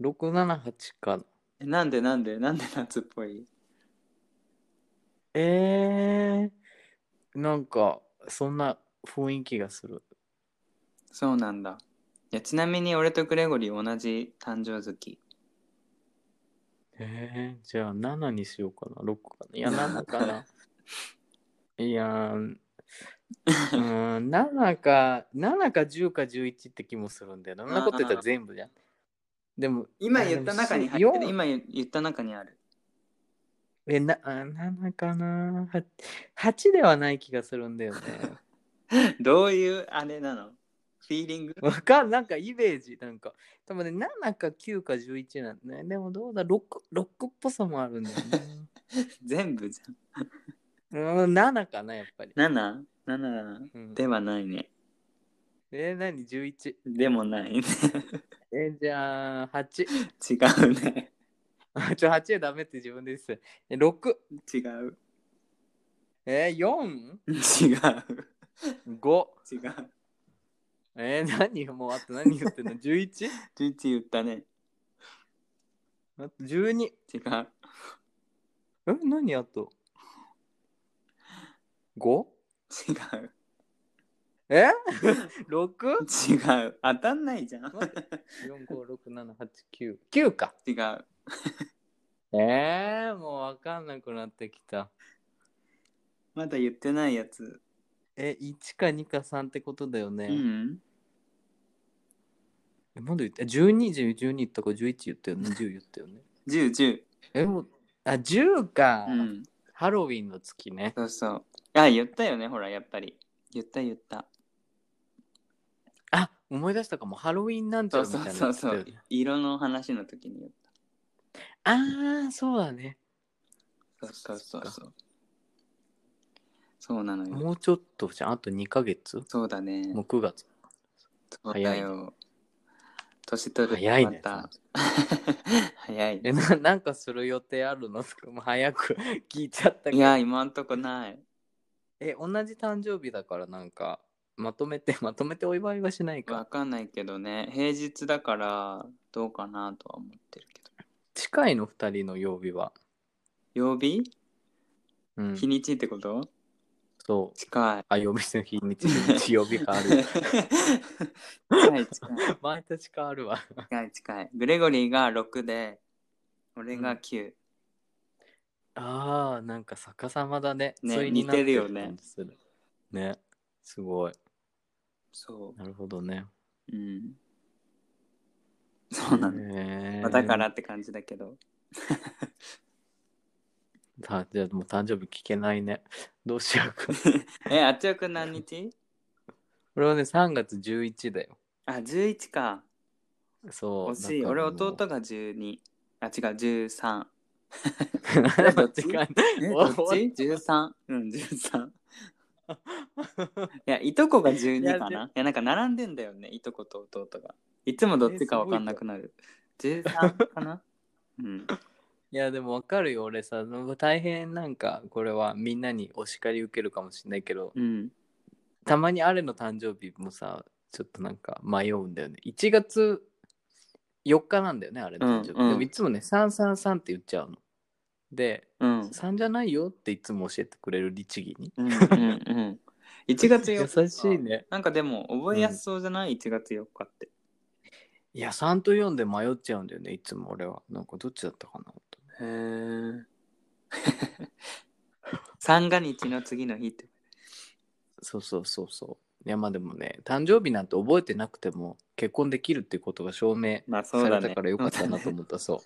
678かな
えなんでなんでなんで夏っぽい
えー、なんかそんな雰囲気がする。
そうなんだいやちなみに俺とグレゴリー同じ誕生月
えー、じゃあ7にしようかな6かないや7かな いやーうーん7か7か10か11って気もするんだよなそんなこと言ったら全部じゃんでも
今言った中に入ってる今言った中にある
えなあ7かな 8, 8ではない気がするんだよね
どういうあれなのフィーリング
わかんなんかイメージなんか多分ね7か9か11なんだねでもどうだ 6, 6っぽさもあるんだよね
全部じ
うーん、7かな、やっぱり。
ゃん77
うん、
ではないね
えー、何 ?11。
でもないね
えーじゃあ、8。
違うね
あ ちょ、8はダメって自分です。え、6。
違う
えー、
違う
4?5?
違う
えー、何もう、あと何言ってん の ?11?
11言ったね
あと 12?
違う
え、何あと ?5?
違う
え ?6?4、
違う当たんないじゃん
待5、6、7、8、9。9か。
違う
えー、もうわかんなくなってきた。
まだ言ってないやつ
え、1か2か3ってことだよね。
うん
え、まだ言って、12時12言ったから11言ったよ ね、10言ったよね。
1010
え、もう、あ、10か、
うん
ハロウィンの月ね。
そうそう。あ、言ったよね、ほら、やっぱり。言った言った。
あ、思い出したかも、ハロウィンなんちゃ
そう
らみたい
そ
うなや
そう
つ
そ
だ
う
よね。。
色の話の時に言っ
ああ、そうだね。
た。そうそうそうそう。そうなのよ。
もうちょっとじゃん、あと2ヶ月
そうだね。
もう9月。
そうだ
早
よ。年取ると
早いね
また 早い。
え、ななんかする予定あるの とか、もう早く聞いちゃったけ
い
ど。
や、今んとこない。
え、同じ誕生日だから、なんか、まとめて、 まとめてお祝いはしないか。
わかんないけどね。平日だから、どうかなとは思ってるけど。
近いの、2人の曜日は。
曜日
うん、
日にちってこと
そう。
近い。
あ、曜日の 日にち、日曜日変わる。
近い近い。
毎年変わるわ。
近い近い。グレゴリーが6で、俺が9。
ああ、なんか逆さまだね。
ね
それになっ
似てるよね
感じする。ね。すごい。
そ
なるほどね。
う。うん。そうなんだ。
ね
まあだから。って感じだけど。
たじゃあもう誕生日聞けないね。 どうしようか。
え、あっちよくん何日
俺はね、3月11だよ。
あ、11か。
そう。
惜しい。
だか
俺
らもう
弟。が12。あ、違う、13。
どっちか。
え、
お
どっち
お
?13。うん、13。いや、いとこが12か
い
な
や
いや、なんか並んでんだよね、いとこと弟が。いつもどっちかわかんなくなる。13かなうん。
いや、でもわかるよ。俺さ、なんか大変なんか、これはみんなにお叱り受けるかもしれないけど、
うん。
たまにあれの誕生日もさ、ちょっとなんか迷うんだよね。1月4日なんだよね、あれの誕生日。
うんうん
でもいつもね、333って言っちゃうの。で、
うん。
3じゃないよっていつも教えてくれる律儀に。
うんうんうん。1月4日。
優しいね。
なんかでも、覚えやすそうじゃない、?1 月4日って。
いや、3と4で迷っちゃうんだよね、いつも俺は。なんかどっちだったかな。
へえ。三が日の次の日って。
そうそうそうそう。いや、まあでもね、誕生日なんて覚えてなくても結婚できるっていうことが証明
まあそ
さ
うだ
れ
ね。
たからよかったなと
そうだね
思った、そう。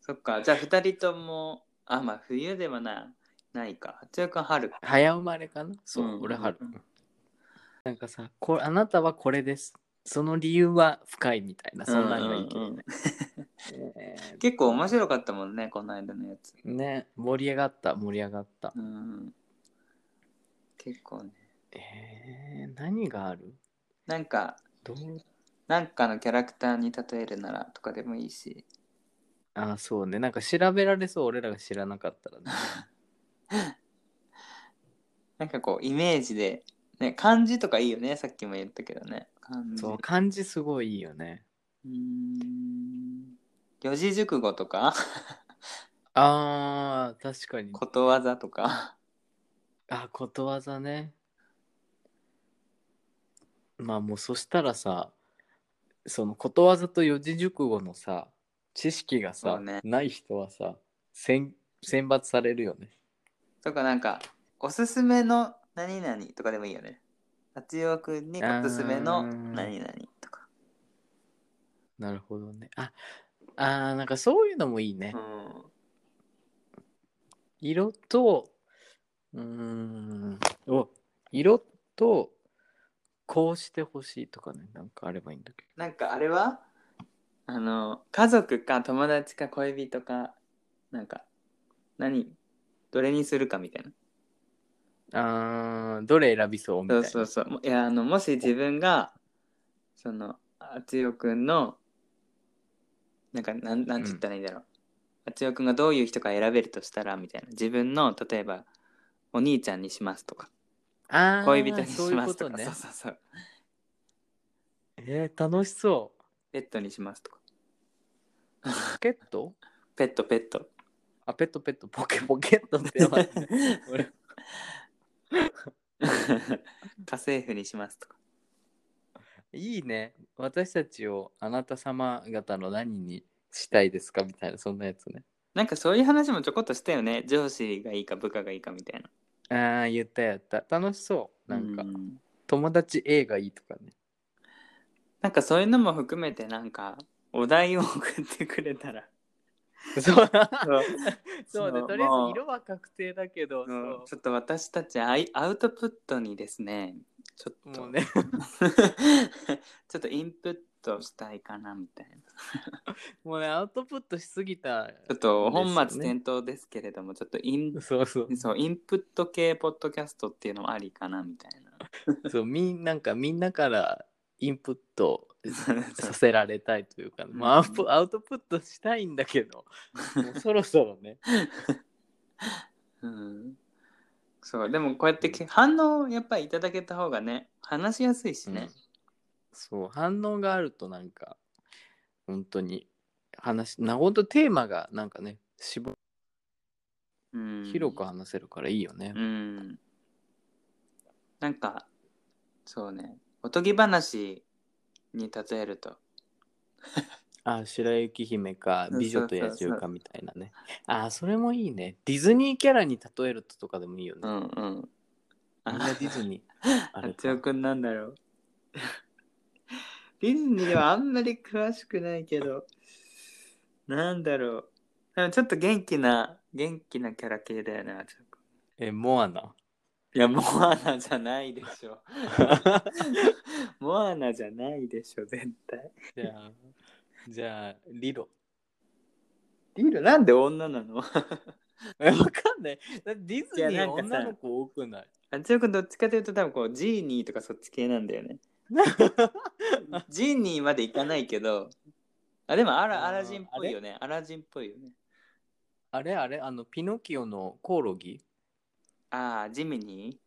そっか、じゃあ二人とも、あ、まあ冬ではない、ないか。八代君春か。
早生まれかなそう、
うん
俺春、
うん
なんかさこあなたはこれですその理由は深いみたいなそんなにはいいけ
う
ど
んうん
ね、え
結構面白かったもんね、この間のやつ。
ーね盛り上がった盛り上がった
うん。結構ね。
えー、何がある
なんか、
どう
なんかのキャラクターに例えるならとかでもいいし。
あそうねなんか調べられそう俺らが知らなかったらね
なんかこう、イメージで。ね、漢字とかいいよね、さっきも言ったけどね。漢字。
そう漢字すごいいいよね
うーん。四字熟語とか
あー確かに
ことわざとか。
あことわざねまあもうそしたらさそのことわざと四字熟語のさ知識が
そ
さ、
うね
ない人はさ選選抜されるよね
とかなんか、おすすめの何々とかでもいいよね。八代くんにおすすめの何々とか。
なるほどねああーなんかそういうのもいいね、
うん。
色とうーんお色とこうしてほしいとかねなんかあればいいんだけ
なんかあれはあの、家族か友達か恋人か、なんか、何どれにするかみたいな。
どあーどれ選びそうみたい
そ
な
うそうそう。もいや、あの、もし自分が、その、八代くんの、なんか、なん、なんて言ったらいいんだろう。八代くんがどういう人か選べるとしたら、みたいな。自分の、例えば、お兄ちゃんにしますとか、
あー
恋人にし
そういう
ま
こ
すと
と
か、
ね
そうそうそう。
えー、楽しそう
ペットにしますとか。
ポケット
ペット、ペット。
あ、ペットペット、ポケポケットってやば いね。俺
家政婦にしますとか。
いいね。私たちをあなた様方の何にしたいですかみたいな、そんなやつね。
なんかそういう話もちょこっとしたよね。上司がいいか部下がいいかみたいな。
ああ、言ったやった。楽しそう。なんか、
う
友達 A がいいとか ね。
なんかそういうのも含めて、なんか、お題を送ってくれたら。
そう
そ
そ
う
うね、
そう
とりあ
も
え
う
ず色は確定だけど、
うんち
そ
ょっと私たちアイアウトプットにですね、 ちょ
う
っと、
もうね、
ちょっとインプットしたいかなみたいな。
もうね、アウトプットしすぎた。
ちょっと本
で
末
すよね
転倒ですけれども、ちょっとイン
そうそう。
そうインプット系ポッドキャストっていうのもありかなみたいな。
そうみんなんかみんなからインプットさせられたいというか、まあ、アウトアウトプットしたいんだけ どもうそろそろね
うん、そうでもこうやってけ反応をやっぱりいただけた方がね話しやすいしね、
そう反応があるとなんか本当に話、な本当テーマがなんかね、絞
うん、
広く話せるからいいよね。
うん。なんか、そうね、おとぎ話に例えると、
あ、白雪姫か、
そう
美女と野獣かみたいなね。あ、それもいいね。ディズニーキャラに例えるととかでもいいよ
う
ね。
んうん。
みんなディズニ ー。あ
あ
れ
っちお
か。
くんなんだろう。 ディズニーではあんまり詳しくないけど、なんだろう。でもちょっと元気な、元気なキャラ系だよね、あっちおくん。
え、モアナ。
いや、モアナじゃないで しょ。モアナじゃないでしょ、絶対。
じゃあ、じゃあ、リロ。
リールなんで女なの
え、わかんない。だってディズニ
い
ー
やなんかさ
女の子多くない。
あっちおくんどっちかというと多分こう、ジーニーとかそっち系なん だよね。ジーニーまでいかないけど、あ、でもアラアラジンっぽいよね。アラジンっぽいよね。
あれあれあの、ピノキオのコオロギ
ああ、ジミニ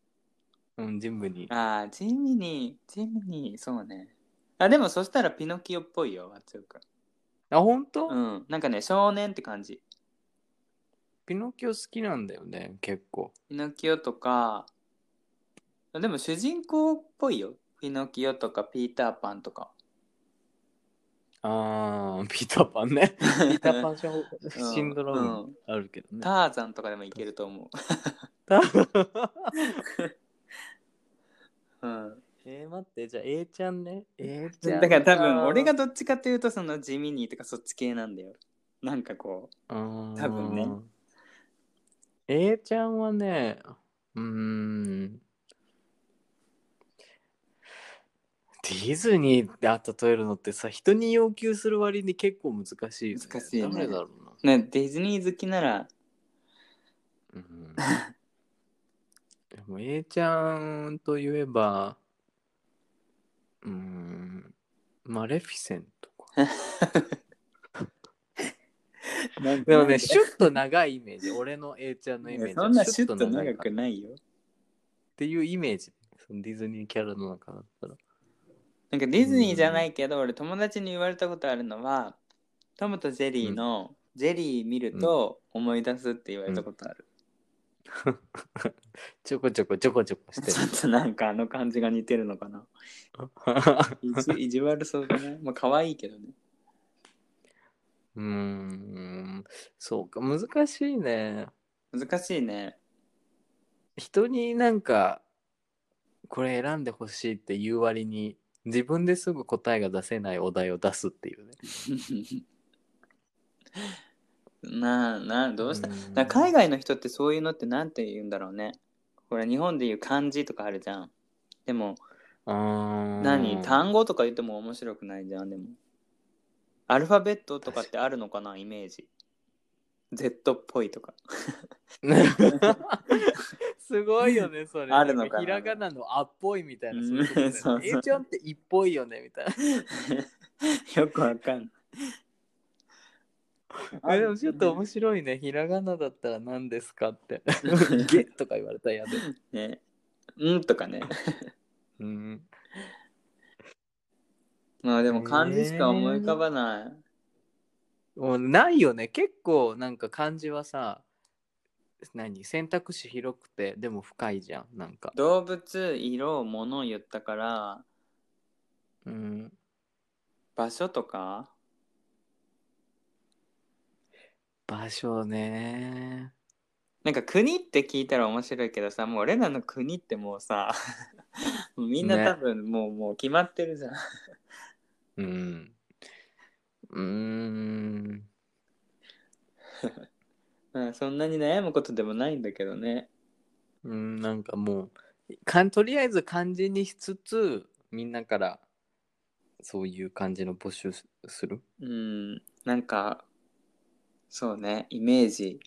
ー
うん、全部に。
ああ、ジミニー、ジミニー、そうね。あ、でもそしたらピノキオっぽいよ、あっちおくん。
あ、本当、
うん、なんかね、少年って感じ。
ピノキオ好きなんだよね、結構。
ピノキオとか、あでも主人公っぽいよ。ピノキオとかピーターパンとか。
あー、 ピーターパンね。ピーターパンシ
う ん
シンドロー
う
ム
ん
あるけどね。
ターザンとかでもいけると思う。うん。
えー、待って、じゃあ A ちゃんね。A ちゃん。
だから多分、俺が、どっちかというと、そのジミニーとかそっち系なんだよ。なんかこう。多
多
分ね。
A ちゃんはね、うーん。ディズニーで例えるのってさ、人に要求する割に結構難しいよね。
難しいね
誰だろうな。
ね、ディズニー好きなら、
うん、でも A ちゃんといえばうーんマレフィセントかでもねシュッと長いイメージ俺の A ちゃんのイメー
ね
ジ
そ
は
んなシュッと
い
長
か
く
らっ
ないよ。
ていうイメージそのディズニーキャラの中だったら
なんかディズニーじゃないけど、俺友達に言われたことあるのは、トムとジェリーの、ジェリー見ると思い出すって言われたことある。
ちょこちょこちょこちょこして
ちょっとなんかあの感じが似てるのかな。
る
意地意地悪そうだね。まあ可愛いけどね。
うーんそうか難しいね
難しいね。
人になんかこれ選んでほしいって言う割に自分ですぐ答えが出せないお題を出すっていうね。
なあ、なあ、どうした
ん
なんか海外の人ってそういうのってなんて言うんだろうね。ほら、日本で言う漢字とかあるじゃん。でも、
うーん
何単語とか言っても面白くないじゃん、でも。アルファベットとかってあるのかな、イメージ。Z っぽいとか。
すごいよねそれ。
あるのかな
ひ
ん
らがなの「あ」っぽいみたいな。
うん
そういうことだよね
そうそう
えいちゃんって「い」っぽいよねみたい
よくわか
な。
んない。
えでもちょっと面白いね。ひらがなだったら何ですか って。ゲとか言われたらやだ。
ね。うんとかね。
うん。
まあでも漢字しか思い浮かばない。
もうないよね結構なんか漢字はさ何選択肢広くてでも深いじゃんなんか
動物、色、物を言ったから、
うん
場所とか
場所ね
なんか国って聞いたら面白いけどさ、もう俺らの国ってもうさ、 もうみんな
ね
多分もう、もう決まってるじゃん。
うんうーん
うん、そんなに悩むことでもないんだけどね。
うんなんかもうかんとりあえず漢字にしつつみんなからそういう感じの募集すする
うん、なんか、そうね、イメージ。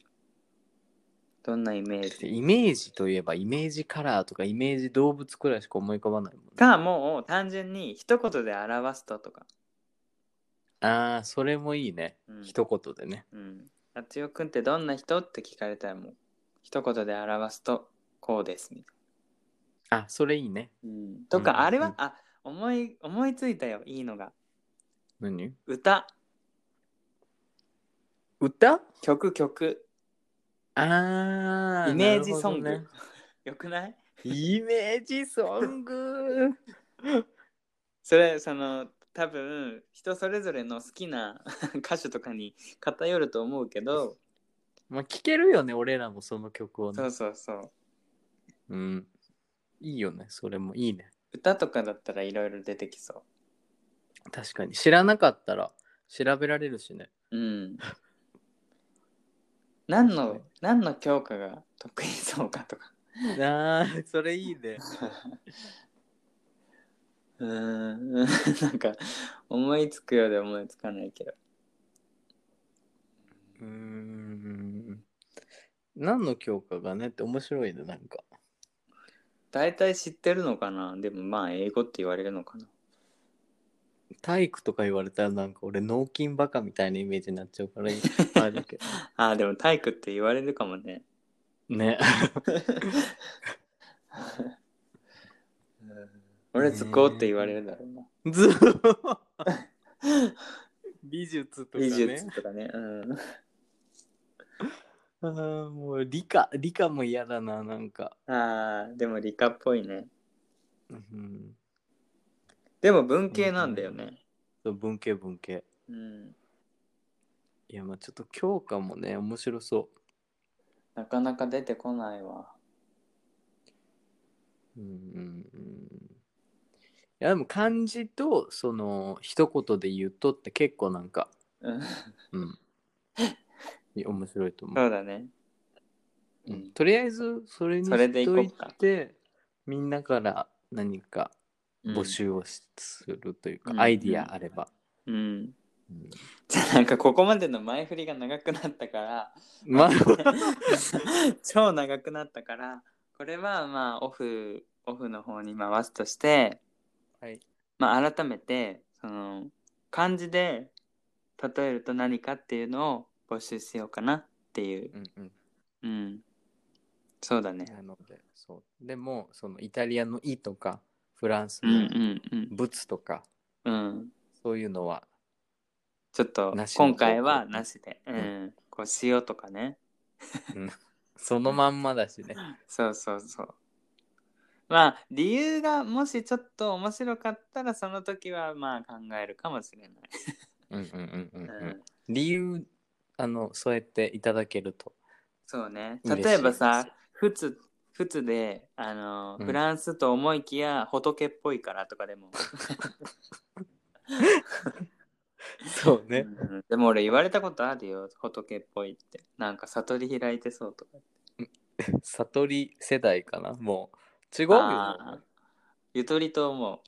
どんなイメージ
イメージといえばイメージカラーとかイメージ動物くらいしか思い浮かばないもんね
か、もう単純に一言で表すととか。
ああそれもいいね、
うん
一言でね
うん。あつよくんってどんな人って聞かれたらもう、一言で表すと、こうです、みたい
あそれいいね
な。うん。とか、
うん
あれは、
うん
あ、思い、思いついたよ、いいのが。
何
歌。
歌
曲曲
あー
イメージソング、
なるほどね
よくない
イメージソング
それその多分人それぞれの好きな 歌手とかに偏ると思うけど
まあ聴けるよね俺らもその曲をね
そうそうそう
うんいいよねそれもいいね
歌とかだったらいろいろ出てきそ
確かに知らなかったら調べられるしね
ううん何
確か
の
に
何の教科が得意そうかとか
あーそれいいね
うーん なんか思いつくようで思いつかないけど
うーん何の教科がねって面白いねなんか
大体知ってるのかなでもまあ英語って言われるのかな
体育とか言われたらなんか俺脳筋バカみたいなイメージになっちゃうから あれだけ
あーでも体育って言われるかもね
どね
俺図工って言われるだろうな
ず 美術とか
美
ね
術とかね。うん。
あーもう理科理科も嫌だななんか、
ああ、でも理科っぽいね。
うん、
でも文系なんだよね。
そう文系文系
うん。
いやまあちょっと教科もね面白そ
なかなか出てこないわ。
う、うんうんうん、いやでも漢字とその一言で言うとって結構なんか
うん。
うん。いや面白いと思う。
そうだね。
うん、とりあえず、それに
それで
し
い
と
こ
いう
か
て、みんなから何か
うん
募。集をしするというか、
うん
アイディアあれば。
うん。
うん
じゃあなんかここまでの前振りが長くなっ たから、
まあ、
超長くなったから、これはまあオフ、オフの方に回すとして、
はい。
まあ改めて、その、漢字で例えると何かっていうのを募集しようかなっていう。
うんうん。
うん。そうだね。
なので、そう。でも、そのイタリアの「イ」とか、フランス
うん
の
うん
「ブツ」とか、
うん。うん。
そういうのは、
ちょっと
なしの
今回はなしで。うんん。こう塩とかね。
そのまんまだしね。
そうそうそう。まあ理由がもしちょっと面白かったらその時はまあ考えるかもしれない。
うんうんうんうん
う
うんん。理由、あの、添えていただけると。
そうね。
嬉しい
例えばさ
で、
ふつ、ふつで、あの、
うん
フランスと思いきや仏っぽいからとかでも。
そうね。
うんでも俺言われたことあるよ、仏っぽいって。なんか悟り開いてそうとか。
悟り世代かなもう違う
あ
よ
ー、ゆとりと思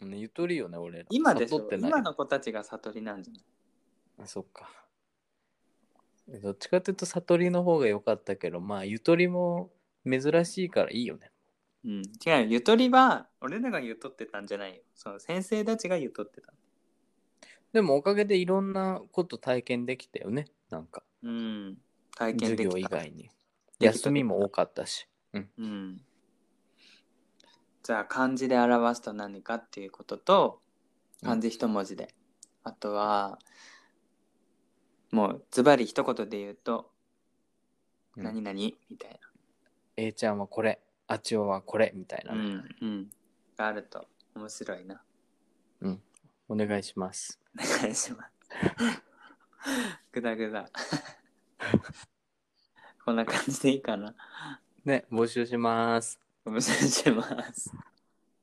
う。
ね、ゆとりよね俺ら
今でしょ
悟ってない
今の子たちが悟りなんじゃない
あそっかどっちかというと悟りの方が良かったけどまあゆとりも珍しいからいいよね
うん、違うよゆとりは俺らがゆとってたんじゃないよその先生たちがゆとってた
でもおかげでいろんなこと体験できたよねなんか
うん体験
授
でき
業
た
以外に
できた
休みも多かったし
うんじゃあ漢字で表すと何かっていうことと
うん
漢字一文字で、あとはもうズバリ一言で言うと「
うん
何々」みたい
A ちゃんはこれあちおはこれみたい
な、
な
う
ね、
んうん、があると面白いな
お願いします
お願いします。 ぐだぐだ。こんな感じでいいかな。
ね募集します
お見せします。